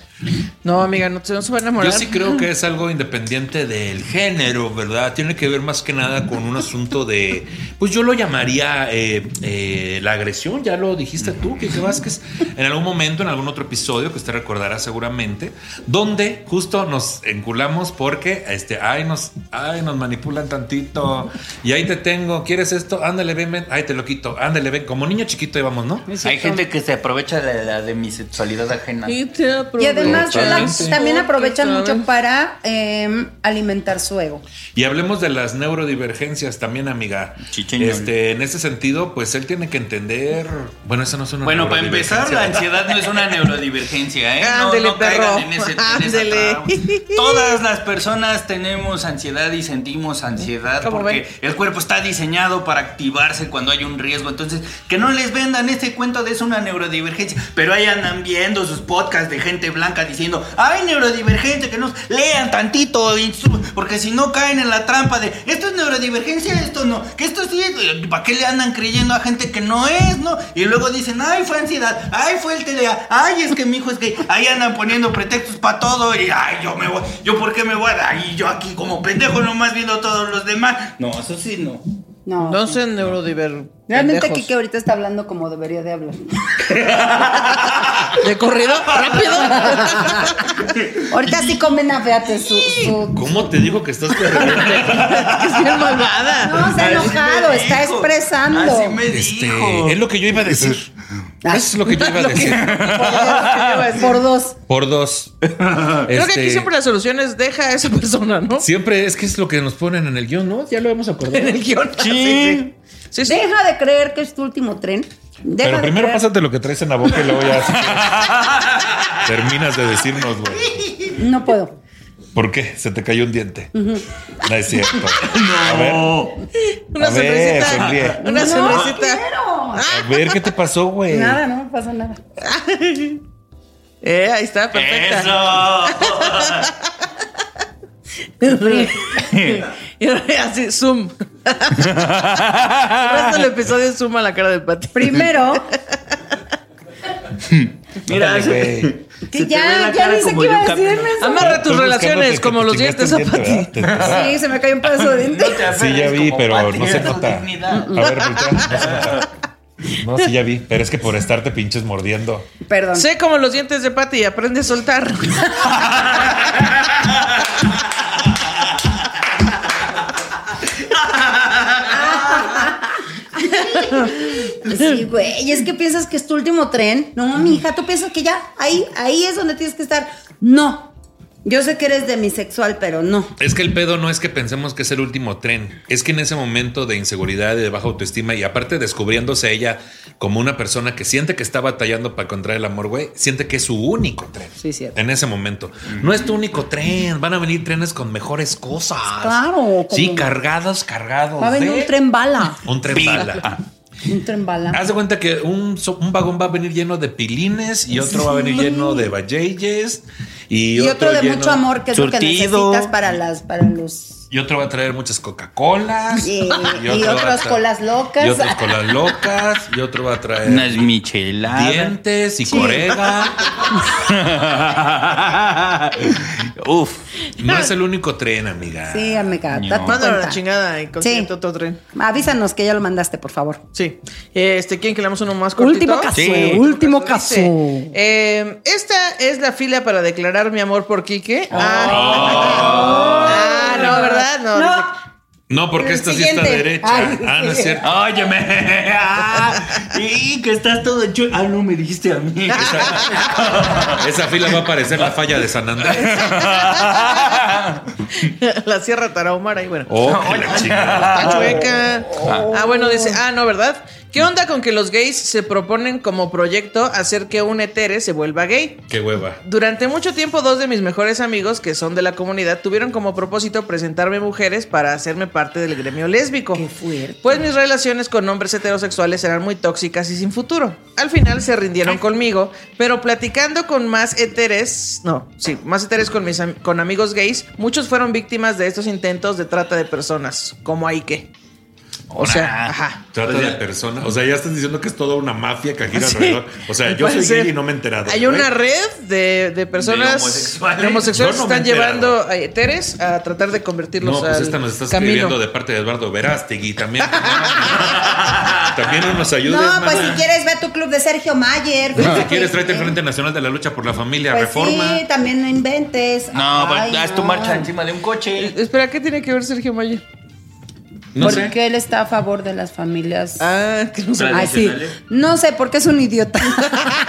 [SPEAKER 1] No, amiga, no, te- no se va a enamorar.
[SPEAKER 4] Yo sí creo que es algo independiente del género, ¿verdad? Tiene que ver más que nada con un asunto de, pues yo lo llamaría eh, eh, la agresión, ya lo dijiste tú, Kike Vázquez, en algún momento, en algún otro episodio que usted recordará seguramente, donde justo nos enculamos porque, este, ay, nos, ay, nos manipulan tantito, y ahí te tengo, ¿quieres esto? Ándale, ven, ven, ay, te lo quito, ándale, ven, como niño chiquito íbamos, ¿no?
[SPEAKER 3] Hay gente que se aprovecha de la de mi sexualidad ajena.
[SPEAKER 1] Y, te
[SPEAKER 2] Y además la-
[SPEAKER 4] Totalmente.
[SPEAKER 2] también aprovechan
[SPEAKER 1] Porque,
[SPEAKER 2] mucho
[SPEAKER 1] ¿sabes?
[SPEAKER 2] para eh, alimentar su ego.
[SPEAKER 4] Y hablemos de las neurodivergencias también, amiga.
[SPEAKER 3] Chicheñol.
[SPEAKER 4] Este, en ese sentido, pues él tiene que entender. Bueno, eso no es una.
[SPEAKER 3] Bueno, para empezar, la
[SPEAKER 4] neurodivergencia.
[SPEAKER 3] ansiedad no es una neurodivergencia, ¿eh? No-
[SPEAKER 1] Ándele,
[SPEAKER 3] no, caigan
[SPEAKER 1] perro.
[SPEAKER 3] en ese- en esa
[SPEAKER 1] Ándele.
[SPEAKER 3] traba. Todas las personas tenemos ansiedad y sentimos ansiedad
[SPEAKER 1] ¿Cómo
[SPEAKER 3] porque
[SPEAKER 1] ven?
[SPEAKER 3] el cuerpo está diseñado para activarse cuando hay un riesgo. Entonces, que no les vendan este cuento de es una neurodivergencia, pero ahí andan viendo sus podcasts de gente blanca diciendo, ay, neurodivergente, que nos lean tantito, instru- porque si no caen en la trampa de, esto es neurodivergencia, esto no, que esto sí es, eh, ¿para qué le andan creyendo a gente que no es, no? Y luego dicen, ay, fue ansiedad, ay, fue el TDA, ay, es que mi hijo es gay, ahí andan poniendo pretextos para todo y, ay, yo me voy, yo por qué me voy, ahí yo aquí como pendejo nomás viendo a todos los demás. No, eso sí, no.
[SPEAKER 2] No.
[SPEAKER 1] No sé, neurodiver.
[SPEAKER 2] Realmente
[SPEAKER 1] pendejos.
[SPEAKER 2] Kike ahorita está hablando como debería de hablar.
[SPEAKER 1] ¿De corrido? ¿Rápido?
[SPEAKER 2] Ahorita sí comen a fíjate su, su-
[SPEAKER 4] ¿Cómo te digo que estás perdiendo?
[SPEAKER 1] que es bien malvada.
[SPEAKER 2] No, está
[SPEAKER 3] Así me
[SPEAKER 2] enojado, está
[SPEAKER 3] dijo,
[SPEAKER 2] expresando.
[SPEAKER 3] Así me dijo.
[SPEAKER 4] este, es lo que yo iba a decir. Eso es lo que yo
[SPEAKER 1] Ah.
[SPEAKER 4] iba a
[SPEAKER 1] Lo que-
[SPEAKER 4] decir.
[SPEAKER 2] Por dos.
[SPEAKER 4] Por dos.
[SPEAKER 1] Creo que
[SPEAKER 4] Este,
[SPEAKER 1] aquí siempre la solución es deja a esa persona, ¿no?
[SPEAKER 4] siempre es que es lo que nos ponen en el guión, ¿no? Ya lo hemos acordado.
[SPEAKER 1] En el guión. Sí. sí. sí.
[SPEAKER 2] Deja de creer que es tu último tren. Deja
[SPEAKER 4] Pero
[SPEAKER 2] de
[SPEAKER 4] primero
[SPEAKER 2] creer-
[SPEAKER 4] pásate lo que traes en la boca y luego ya terminas de decirnos, güey.
[SPEAKER 2] No puedo.
[SPEAKER 4] ¿Por qué? Se te cayó un diente. No es cierto. A ver,
[SPEAKER 1] Una
[SPEAKER 4] A ver,
[SPEAKER 1] sonrisita.
[SPEAKER 4] sonríe.
[SPEAKER 1] Una
[SPEAKER 2] no,
[SPEAKER 1] sonrisita.
[SPEAKER 2] quiero.
[SPEAKER 4] a ver qué te pasó, güey.
[SPEAKER 2] Nada, no me pasa nada.
[SPEAKER 1] Eh, ahí está, perfecta.
[SPEAKER 3] Eso.
[SPEAKER 1] Y así, zoom. el resto del episodio es zoom a la cara del Pati.
[SPEAKER 2] Primero,
[SPEAKER 3] Mira,
[SPEAKER 4] Ándale, güey.
[SPEAKER 2] que
[SPEAKER 3] te ve
[SPEAKER 2] ya,
[SPEAKER 3] la
[SPEAKER 2] ya
[SPEAKER 3] cara
[SPEAKER 2] dice
[SPEAKER 3] como
[SPEAKER 2] que iba
[SPEAKER 3] yo,
[SPEAKER 2] a decirme
[SPEAKER 3] Carmen.
[SPEAKER 2] eso.
[SPEAKER 1] Amarra tus
[SPEAKER 4] Estoy
[SPEAKER 1] relaciones
[SPEAKER 4] buscándote
[SPEAKER 1] como
[SPEAKER 4] que
[SPEAKER 1] los
[SPEAKER 4] te
[SPEAKER 1] dientes a
[SPEAKER 4] chingaste un
[SPEAKER 1] Pati.
[SPEAKER 4] diente, ¿verdad?
[SPEAKER 2] Sí, se me cayó un pedazo de diente.
[SPEAKER 3] No te
[SPEAKER 4] Sí, ya
[SPEAKER 3] aferres
[SPEAKER 4] vi,
[SPEAKER 3] como
[SPEAKER 4] pero
[SPEAKER 3] patria
[SPEAKER 4] no se
[SPEAKER 3] a tu
[SPEAKER 4] nota. A
[SPEAKER 3] dignidad.
[SPEAKER 4] ver, voltea, no se nota. No, sí, ya vi, pero es que por estarte pinches mordiendo.
[SPEAKER 2] Perdón.
[SPEAKER 1] Sé como los dientes de Pati y aprende a soltar.
[SPEAKER 2] Sí, güey. Y es que piensas que es tu último tren. No, mi hija, tú piensas que ya ahí, ahí es donde tienes que estar. No. Yo sé que eres demisexual, pero no.
[SPEAKER 4] Es que el pedo no es que pensemos que es el último tren, es que en ese momento de inseguridad y de baja autoestima y aparte descubriéndose ella como una persona que siente que está batallando para encontrar el amor, güey, siente que es su único tren.
[SPEAKER 2] Sí, cierto.
[SPEAKER 4] En ese momento. No es tu único tren, van a venir trenes con mejores cosas.
[SPEAKER 2] Claro, como-
[SPEAKER 4] Sí, cargados, cargados.
[SPEAKER 2] Va a venir
[SPEAKER 4] de-
[SPEAKER 2] un tren bala.
[SPEAKER 4] Un tren bala.
[SPEAKER 2] Un tren bala.
[SPEAKER 4] Haz de cuenta que un, so- un vagón va a venir lleno de pilines y otro va a venir lleno de valleyes y,
[SPEAKER 2] Y, otro, de
[SPEAKER 4] lleno-
[SPEAKER 2] mucho amor, que es lo
[SPEAKER 3] Surtido.
[SPEAKER 2] que necesitas para las, para los.
[SPEAKER 4] Y otro va a traer muchas Coca-Colas.
[SPEAKER 2] Y- y
[SPEAKER 4] va a
[SPEAKER 2] otras
[SPEAKER 4] tra-
[SPEAKER 2] colas locas.
[SPEAKER 4] Y otras colas locas. Y otro va a traer
[SPEAKER 3] Unas micheladas.
[SPEAKER 4] dientes y corega.
[SPEAKER 3] Uf.
[SPEAKER 4] No es el único tren, amiga.
[SPEAKER 2] Sí, amiga.
[SPEAKER 3] No.
[SPEAKER 2] date
[SPEAKER 1] Mándalo a la
[SPEAKER 2] cuenta.
[SPEAKER 1] chingada y consigue
[SPEAKER 2] Sí.
[SPEAKER 1] otro tren.
[SPEAKER 2] Avísanos que ya lo mandaste, por favor.
[SPEAKER 1] Sí. Este, ¿quién que leamos uno más cortito?
[SPEAKER 2] Último caso,
[SPEAKER 3] Sí.
[SPEAKER 2] eh, último caso.
[SPEAKER 1] Dice, eh, esta es la fila para declarar mi amor por Quique. Ah, Ah, no, ¿verdad? No.
[SPEAKER 2] No.
[SPEAKER 1] dice,
[SPEAKER 4] No, porque
[SPEAKER 1] El
[SPEAKER 4] esta sí está
[SPEAKER 1] siguiente.
[SPEAKER 4] derecha.
[SPEAKER 2] Ay,
[SPEAKER 4] ah, no es
[SPEAKER 2] sí.
[SPEAKER 4] cierto.
[SPEAKER 3] Óyeme. Ah, y que estás todo chulo. Ah, no me dijiste a mí.
[SPEAKER 4] Esa fila va a parecer la falla de San Andrés.
[SPEAKER 1] la Sierra Tarahumara y bueno.
[SPEAKER 4] Oh, que la chingada.
[SPEAKER 1] Está chueca. Ah, bueno, dice. Ah, no, ¿verdad? ¿Qué onda con que los gays se proponen como proyecto hacer que un etere se vuelva gay?
[SPEAKER 4] Qué hueva.
[SPEAKER 1] Durante mucho tiempo, dos de mis mejores amigos, que son de la comunidad, tuvieron como propósito presentarme mujeres para hacerme parte del gremio lésbico.
[SPEAKER 2] Qué fuerte.
[SPEAKER 1] Pues mis relaciones con hombres heterosexuales eran muy tóxicas y sin futuro. Al final se rindieron conmigo, pero platicando con más heteres, no, sí, más heteres con mis am- con amigos gays, muchos fueron víctimas de estos intentos de trata de personas, como ahí que. O sea,
[SPEAKER 3] Ora.
[SPEAKER 1] ajá.
[SPEAKER 4] Trata
[SPEAKER 3] O sea-
[SPEAKER 4] de personas. O sea, ya estás diciendo que es toda una mafia que gira
[SPEAKER 1] Sí.
[SPEAKER 4] alrededor. O sea,
[SPEAKER 1] Al
[SPEAKER 4] yo soy
[SPEAKER 1] parecer,
[SPEAKER 4] gay y no me he enterado.
[SPEAKER 1] Hay
[SPEAKER 4] güey.
[SPEAKER 1] una red de, de personas de homosexuales,
[SPEAKER 3] homosexuales.
[SPEAKER 1] que
[SPEAKER 4] Yo no me
[SPEAKER 1] están
[SPEAKER 4] he enterado.
[SPEAKER 1] llevando a heteres a tratar de convertirlos
[SPEAKER 4] No, pues
[SPEAKER 1] al
[SPEAKER 4] esta nos estás
[SPEAKER 1] camino.
[SPEAKER 4] escribiendo de parte de Eduardo Verástegui también. también no nos ayudes,
[SPEAKER 2] No, pues
[SPEAKER 4] mana.
[SPEAKER 2] si quieres ve a tu club de Sergio Mayer.
[SPEAKER 4] Ah, Si quieres, tráete el Frente Nacional de la Lucha por la Familia
[SPEAKER 2] Pues
[SPEAKER 4] Reforma. pues,
[SPEAKER 2] Sí, también no inventes.
[SPEAKER 3] No, pues,
[SPEAKER 2] Ay,
[SPEAKER 3] haz tu
[SPEAKER 2] no.
[SPEAKER 3] marcha encima de un coche.
[SPEAKER 1] Eh, Espera, ¿qué tiene que ver Sergio Mayer?
[SPEAKER 4] No
[SPEAKER 6] porque
[SPEAKER 4] sé.
[SPEAKER 6] él está a favor de las familias.
[SPEAKER 1] Ah, que no sé.
[SPEAKER 6] Ay, sí.
[SPEAKER 3] tradicionales.
[SPEAKER 6] No sé, porque es un idiota.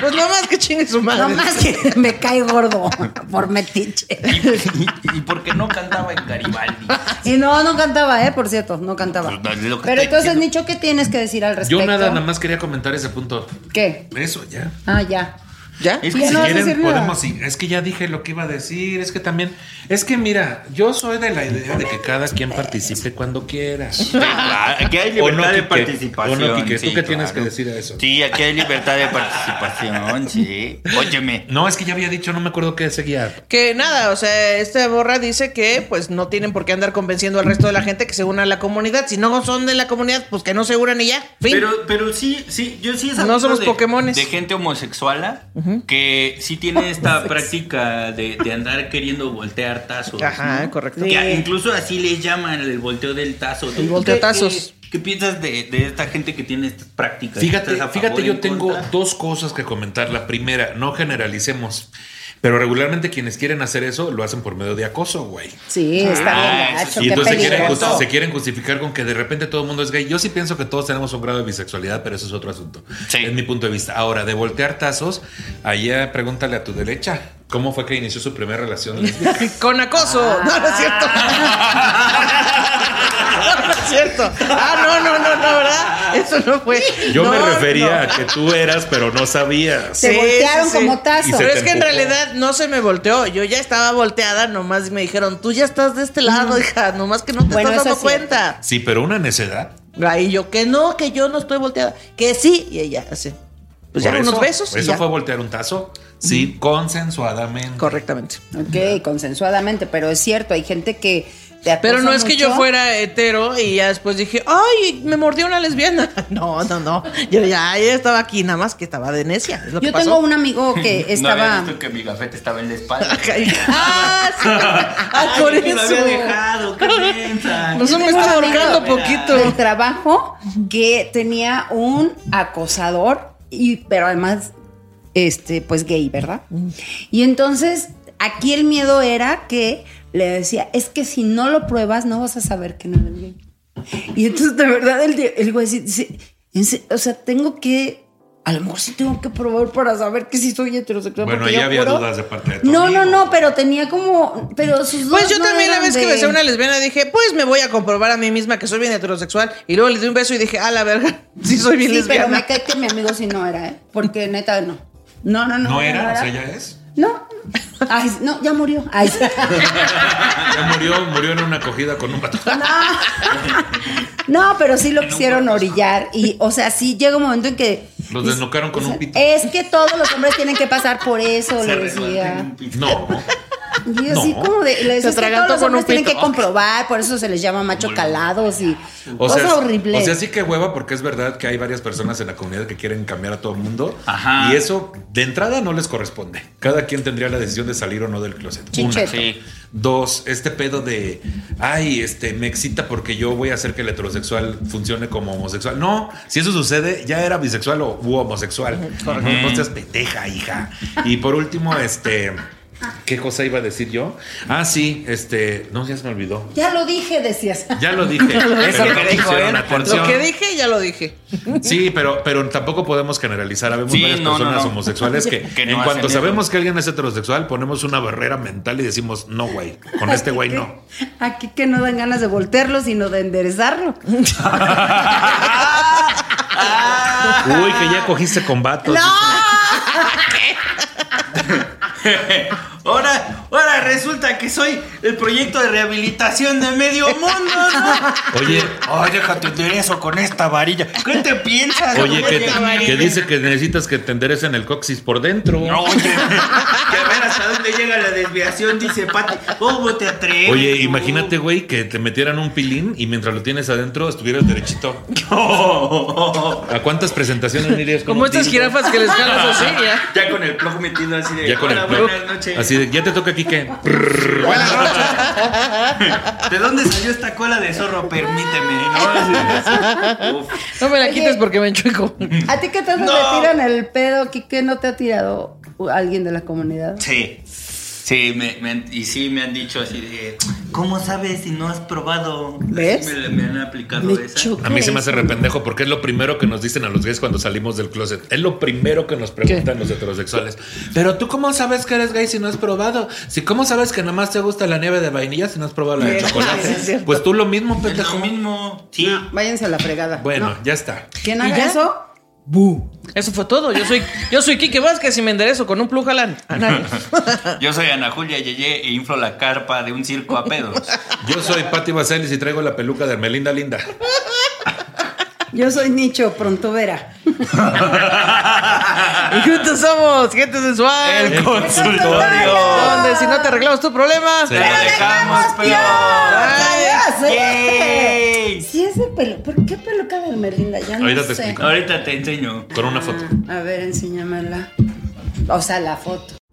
[SPEAKER 1] Pues no más que chingue su madre.
[SPEAKER 2] No más que me cae gordo por metiche.
[SPEAKER 3] ¿Y, y, y por qué no cantaba en Garibaldi?
[SPEAKER 2] Y no, no cantaba, ¿eh? Por cierto, no cantaba.
[SPEAKER 3] Pues, es lo que
[SPEAKER 2] Pero
[SPEAKER 3] estoy
[SPEAKER 2] entonces,
[SPEAKER 3] diciendo.
[SPEAKER 2] Nicho, ¿qué tienes que decir al respecto?
[SPEAKER 4] Yo nada, nada más quería comentar ese punto.
[SPEAKER 2] ¿Qué?
[SPEAKER 4] Eso ya.
[SPEAKER 2] Ah, ya.
[SPEAKER 1] ¿Ya?
[SPEAKER 3] Es
[SPEAKER 6] Ya
[SPEAKER 3] que si
[SPEAKER 6] no vas a
[SPEAKER 4] Quieren,
[SPEAKER 6] decir nada.
[SPEAKER 4] podemos. sí, Es que ya dije lo que iba a decir. Es que también. Es que mira, yo soy de la idea de que cada quien participe cuando quiera.
[SPEAKER 3] Claro, Ah, Aquí hay libertad
[SPEAKER 4] O no,
[SPEAKER 3] de
[SPEAKER 4] Quique.
[SPEAKER 3] participación.
[SPEAKER 4] O no, Quique, ¿tú
[SPEAKER 3] sí,
[SPEAKER 4] qué tienes
[SPEAKER 3] claro.
[SPEAKER 4] que decir a eso?
[SPEAKER 3] Sí, aquí hay libertad de participación, sí. Óyeme.
[SPEAKER 4] No, es que ya había dicho, no me acuerdo qué seguía.
[SPEAKER 1] Que nada, o sea, esta borra dice que pues no tienen por qué andar convenciendo al resto de la gente que se una a la comunidad. Si no son de la comunidad, pues que no se unan y ya. Fin.
[SPEAKER 3] Pero, pero sí, sí, yo sí he sabido
[SPEAKER 1] No somos
[SPEAKER 3] de,
[SPEAKER 1] Pokémones.
[SPEAKER 3] de gente homosexual que sí tiene esta práctica de, de andar queriendo voltear tazos.
[SPEAKER 1] Ajá,
[SPEAKER 3] ¿no?
[SPEAKER 1] correcto.
[SPEAKER 3] Que incluso así les llaman el volteo del tazo. ¿Tú qué-
[SPEAKER 1] volteotazos.
[SPEAKER 3] ¿Qué, qué piensas de, de esta gente que tiene estas prácticas?
[SPEAKER 4] Fíjate,
[SPEAKER 3] ¿Estás a
[SPEAKER 4] fíjate,
[SPEAKER 3] favor,
[SPEAKER 4] yo
[SPEAKER 3] en
[SPEAKER 4] tengo
[SPEAKER 3] contra?
[SPEAKER 4] dos cosas que comentar. La primera, no generalicemos. Pero regularmente quienes quieren hacer eso lo hacen por medio de acoso, güey.
[SPEAKER 2] Sí, está
[SPEAKER 3] Ah,
[SPEAKER 2] bien gacho,
[SPEAKER 3] eso sí.
[SPEAKER 4] Y
[SPEAKER 2] qué
[SPEAKER 4] entonces se quieren,
[SPEAKER 2] peligroso.
[SPEAKER 4] justi- se quieren justificar con que de repente todo el mundo es gay. Yo sí pienso que todos tenemos un grado de bisexualidad, pero eso es otro asunto.
[SPEAKER 3] Sí.
[SPEAKER 4] Es mi punto de vista. Ahora, de voltear tazos, allá pregúntale a tu derecha cómo fue que inició su primera relación. lesbiana.
[SPEAKER 1] Con acoso.
[SPEAKER 2] Ah.
[SPEAKER 1] No, no es cierto. no, no es cierto. Ah, no, no, no, no, ¿verdad? Eso no fue.
[SPEAKER 4] Yo
[SPEAKER 1] No,
[SPEAKER 4] me
[SPEAKER 1] no.
[SPEAKER 4] refería a que tú eras, pero no sabías.
[SPEAKER 2] Se
[SPEAKER 1] Sí,
[SPEAKER 2] voltearon
[SPEAKER 1] sí, sí.
[SPEAKER 2] como
[SPEAKER 4] Y
[SPEAKER 2] tazo.
[SPEAKER 4] se-
[SPEAKER 1] Pero
[SPEAKER 4] te
[SPEAKER 1] es que en
[SPEAKER 4] empujó.
[SPEAKER 1] realidad no se me volteó. Yo ya estaba volteada, nomás me dijeron, tú ya estás de este lado, hija, nomás que no te
[SPEAKER 2] Bueno,
[SPEAKER 1] estás
[SPEAKER 2] eso
[SPEAKER 1] dando
[SPEAKER 2] es cierto.
[SPEAKER 1] cuenta.
[SPEAKER 4] Sí, pero una necedad.
[SPEAKER 1] Ahí yo, que no, que yo no estoy volteada, que sí, y ella así. Pues
[SPEAKER 4] Por
[SPEAKER 1] ya,
[SPEAKER 4] eso,
[SPEAKER 1] unos besos. y
[SPEAKER 4] Eso
[SPEAKER 1] ya.
[SPEAKER 4] fue voltear un tazo. Sí, consensuadamente.
[SPEAKER 1] Correctamente.
[SPEAKER 2] Ok, consensuadamente, pero es cierto, hay gente que te acosa
[SPEAKER 1] Pero no es que yo
[SPEAKER 2] mucho.
[SPEAKER 1] fuera hetero y ya después dije, ay, me mordió una lesbiana. No, no, no. Yo ya, ya estaba aquí, nada más que estaba de necia. Es lo que
[SPEAKER 2] Yo
[SPEAKER 1] pasó.
[SPEAKER 2] tengo un amigo que
[SPEAKER 3] No
[SPEAKER 2] estaba.
[SPEAKER 3] había visto que mi gafete estaba en la espalda.
[SPEAKER 1] Ajá, y- Ah, sí. Ah,
[SPEAKER 3] Ay,
[SPEAKER 1] por
[SPEAKER 3] yo te Lo había
[SPEAKER 1] eso.
[SPEAKER 3] dejado, ¿qué piensas?
[SPEAKER 1] No se me
[SPEAKER 2] Tengo
[SPEAKER 1] está
[SPEAKER 2] un amigo,
[SPEAKER 1] ahorcando
[SPEAKER 3] ¿verdad?
[SPEAKER 1] poquito.
[SPEAKER 2] del trabajo que tenía un acosador y pero además este pues gay, ¿verdad? Y entonces aquí el miedo era que le decía, "Es que si no lo pruebas no vas a saber que no eres gay." Y entonces de verdad el, de- el güey sí- sí, en se- o sea, tengo que a lo mejor sí tengo que probar para saber que sí soy heterosexual.
[SPEAKER 4] Bueno,
[SPEAKER 2] porque
[SPEAKER 4] ahí
[SPEAKER 2] yo
[SPEAKER 4] había
[SPEAKER 2] juro-
[SPEAKER 4] dudas de parte de tu
[SPEAKER 2] No, no,
[SPEAKER 4] amigo.
[SPEAKER 2] no, pero tenía como. Pero sus
[SPEAKER 1] Pues
[SPEAKER 2] dos
[SPEAKER 1] yo
[SPEAKER 2] no
[SPEAKER 1] también la
[SPEAKER 2] eran
[SPEAKER 1] vez
[SPEAKER 2] de-
[SPEAKER 1] que besé a una lesbiana dije, pues me voy a comprobar a mí misma que soy bien heterosexual. Y luego le di un beso y dije, a la verga, sí soy bien
[SPEAKER 2] Sí, pero
[SPEAKER 1] lesbiana.
[SPEAKER 2] me cae que mi amigo sí no era, ¿eh? Porque neta no. No, no, no.
[SPEAKER 4] No era, o sea, ya es.
[SPEAKER 2] No. Ay, no, ya murió. Ay, sí.
[SPEAKER 4] Ya murió, murió en una acogida con un pato.
[SPEAKER 2] no, pero sí lo quisieron orillar. Y, o sea, sí llega un momento en que.
[SPEAKER 4] Los desnucaron con un pito.
[SPEAKER 2] Es que todos los hombres tienen que pasar por eso,
[SPEAKER 3] Se
[SPEAKER 2] le
[SPEAKER 3] resbaló en
[SPEAKER 2] decía.
[SPEAKER 3] un piso.
[SPEAKER 4] No.
[SPEAKER 2] Y yo así
[SPEAKER 4] No.
[SPEAKER 2] como de. Le decía, "Es que
[SPEAKER 1] atragantó
[SPEAKER 2] todos los
[SPEAKER 1] con un
[SPEAKER 2] hombres tienen que
[SPEAKER 1] pito".
[SPEAKER 2] comprobar, por eso se les llama macho calados y.
[SPEAKER 4] O
[SPEAKER 2] cosa
[SPEAKER 4] sea,
[SPEAKER 2] horrible.
[SPEAKER 4] o sea, sí que hueva, porque es verdad que hay varias personas en la comunidad que quieren cambiar a todo el mundo.
[SPEAKER 3] Ajá.
[SPEAKER 4] Y eso de entrada no les corresponde. Cada quien tendría la decisión de salir o no del closet.
[SPEAKER 2] Chincheto.
[SPEAKER 3] Sí.
[SPEAKER 4] Dos, este pedo de, ay, este, me excita porque yo voy a hacer que el heterosexual funcione como homosexual. No, si eso sucede, ya era bisexual o u homosexual. No seas pendeja, hija. Y por último, este, ¿Qué cosa iba a decir yo? Ah, sí, este. No, ya se me olvidó.
[SPEAKER 2] Ya lo dije, decías.
[SPEAKER 4] Ya lo dije. Es que
[SPEAKER 3] Lo
[SPEAKER 4] no
[SPEAKER 3] que dijo
[SPEAKER 4] pusieron
[SPEAKER 3] él,
[SPEAKER 4] atención.
[SPEAKER 1] Lo que dije, ya lo dije.
[SPEAKER 4] Sí, pero, pero tampoco podemos generalizar. Habemos
[SPEAKER 3] Sí,
[SPEAKER 4] varias
[SPEAKER 3] no, no,
[SPEAKER 4] personas
[SPEAKER 3] no.
[SPEAKER 4] homosexuales que,
[SPEAKER 3] Que no
[SPEAKER 4] en
[SPEAKER 3] hacen
[SPEAKER 4] cuanto
[SPEAKER 3] eso.
[SPEAKER 4] sabemos que alguien es heterosexual, ponemos una barrera mental y decimos, no, güey, con este güey no.
[SPEAKER 6] Aquí que no dan ganas de voltearlo, sino de enderezarlo.
[SPEAKER 3] Ah.
[SPEAKER 4] Uy, que ya cogiste combates.
[SPEAKER 3] Ahora, ahora resulta que soy el proyecto de rehabilitación de medio mundo. ¿no?
[SPEAKER 4] Oye,
[SPEAKER 3] Ay, déjate de eso con esta varilla. ¿Qué te piensas?
[SPEAKER 4] oye, que,
[SPEAKER 3] Oye,
[SPEAKER 4] que dice que necesitas que te enderecen el coxis por dentro.
[SPEAKER 3] No, oye, que a ver hasta dónde llega la desviación, dice Pati. ¿Cómo te atreves?
[SPEAKER 4] Oye,
[SPEAKER 3] tú?
[SPEAKER 4] imagínate, güey, que te metieran un pilín y mientras lo tienes adentro estuvieras derechito. ¿A cuántas presentaciones irías? con
[SPEAKER 1] Como
[SPEAKER 4] un
[SPEAKER 1] estas
[SPEAKER 4] dildo?
[SPEAKER 1] jirafas que les jalas así, ya.
[SPEAKER 3] Ya con el plug metido así de.
[SPEAKER 4] Ya con
[SPEAKER 3] "Hola,
[SPEAKER 4] el plug.
[SPEAKER 3] Buenas noches.
[SPEAKER 4] Así de, ya te toca aquí que.
[SPEAKER 3] Buenas noches. ¿De dónde salió esta cola de zorro? Permíteme. ¿no? Así, uf.
[SPEAKER 1] No me la
[SPEAKER 6] Oye.
[SPEAKER 1] quites porque me enchueco.
[SPEAKER 6] ¿A ti que tanto
[SPEAKER 3] No.
[SPEAKER 6] te tiran el pedo, Quique? ¿No te ha tirado alguien de la comunidad?
[SPEAKER 3] Sí. Sí, me, me han- y sí me han dicho así de, ¿cómo sabes si no has probado? Así
[SPEAKER 6] ¿Ves?
[SPEAKER 3] Me, me han aplicado
[SPEAKER 6] Me
[SPEAKER 3] esa.
[SPEAKER 6] choca
[SPEAKER 4] A mí se me hace
[SPEAKER 6] eso.
[SPEAKER 4] rependejo porque es lo primero que nos dicen a los gays cuando salimos del closet. Es lo primero que nos preguntan los heterosexuales. Pero tú, ¿cómo sabes que eres gay si no has probado? Si, ¿cómo sabes que nada más te gusta la nieve de vainilla si no has probado la de
[SPEAKER 1] Sí, sí,
[SPEAKER 4] chocolate?
[SPEAKER 1] es cierto.
[SPEAKER 4] Pues tú lo mismo,
[SPEAKER 3] Es lo
[SPEAKER 4] pendejo.
[SPEAKER 3] mismo. Sí.
[SPEAKER 6] Váyanse a la fregada.
[SPEAKER 4] Bueno,
[SPEAKER 6] No.
[SPEAKER 4] ya está.
[SPEAKER 6] ¿Quién
[SPEAKER 1] ¿Y
[SPEAKER 6] haga
[SPEAKER 1] ya?
[SPEAKER 6] eso?
[SPEAKER 1] Eso fue todo. Yo soy, yo soy Quique Vázquez y me enderezo con un plujalán. A nadie.
[SPEAKER 3] Yo soy Ana Julia Yeye e inflo la carpa de un circo a pedos.
[SPEAKER 4] Yo soy Patti Vaselis y traigo la peluca de Melinda Linda.
[SPEAKER 6] Yo soy Nicho, pronto verá.
[SPEAKER 1] Y juntos somos gente sensual.
[SPEAKER 3] El consultorio.
[SPEAKER 1] Donde si no te arreglamos tu problema.
[SPEAKER 4] Sí.
[SPEAKER 3] Te lo dejamos peor.
[SPEAKER 6] ¡Adiós! este!
[SPEAKER 3] Yay.
[SPEAKER 6] Sí, ese pelo. ¿Por qué peluca de Merlinda? Ya no
[SPEAKER 4] Ahorita te
[SPEAKER 6] sé.
[SPEAKER 4] explico.
[SPEAKER 3] Ahorita te enseño.
[SPEAKER 4] Con una foto.
[SPEAKER 6] A ver, enséñamela. O sea, la foto.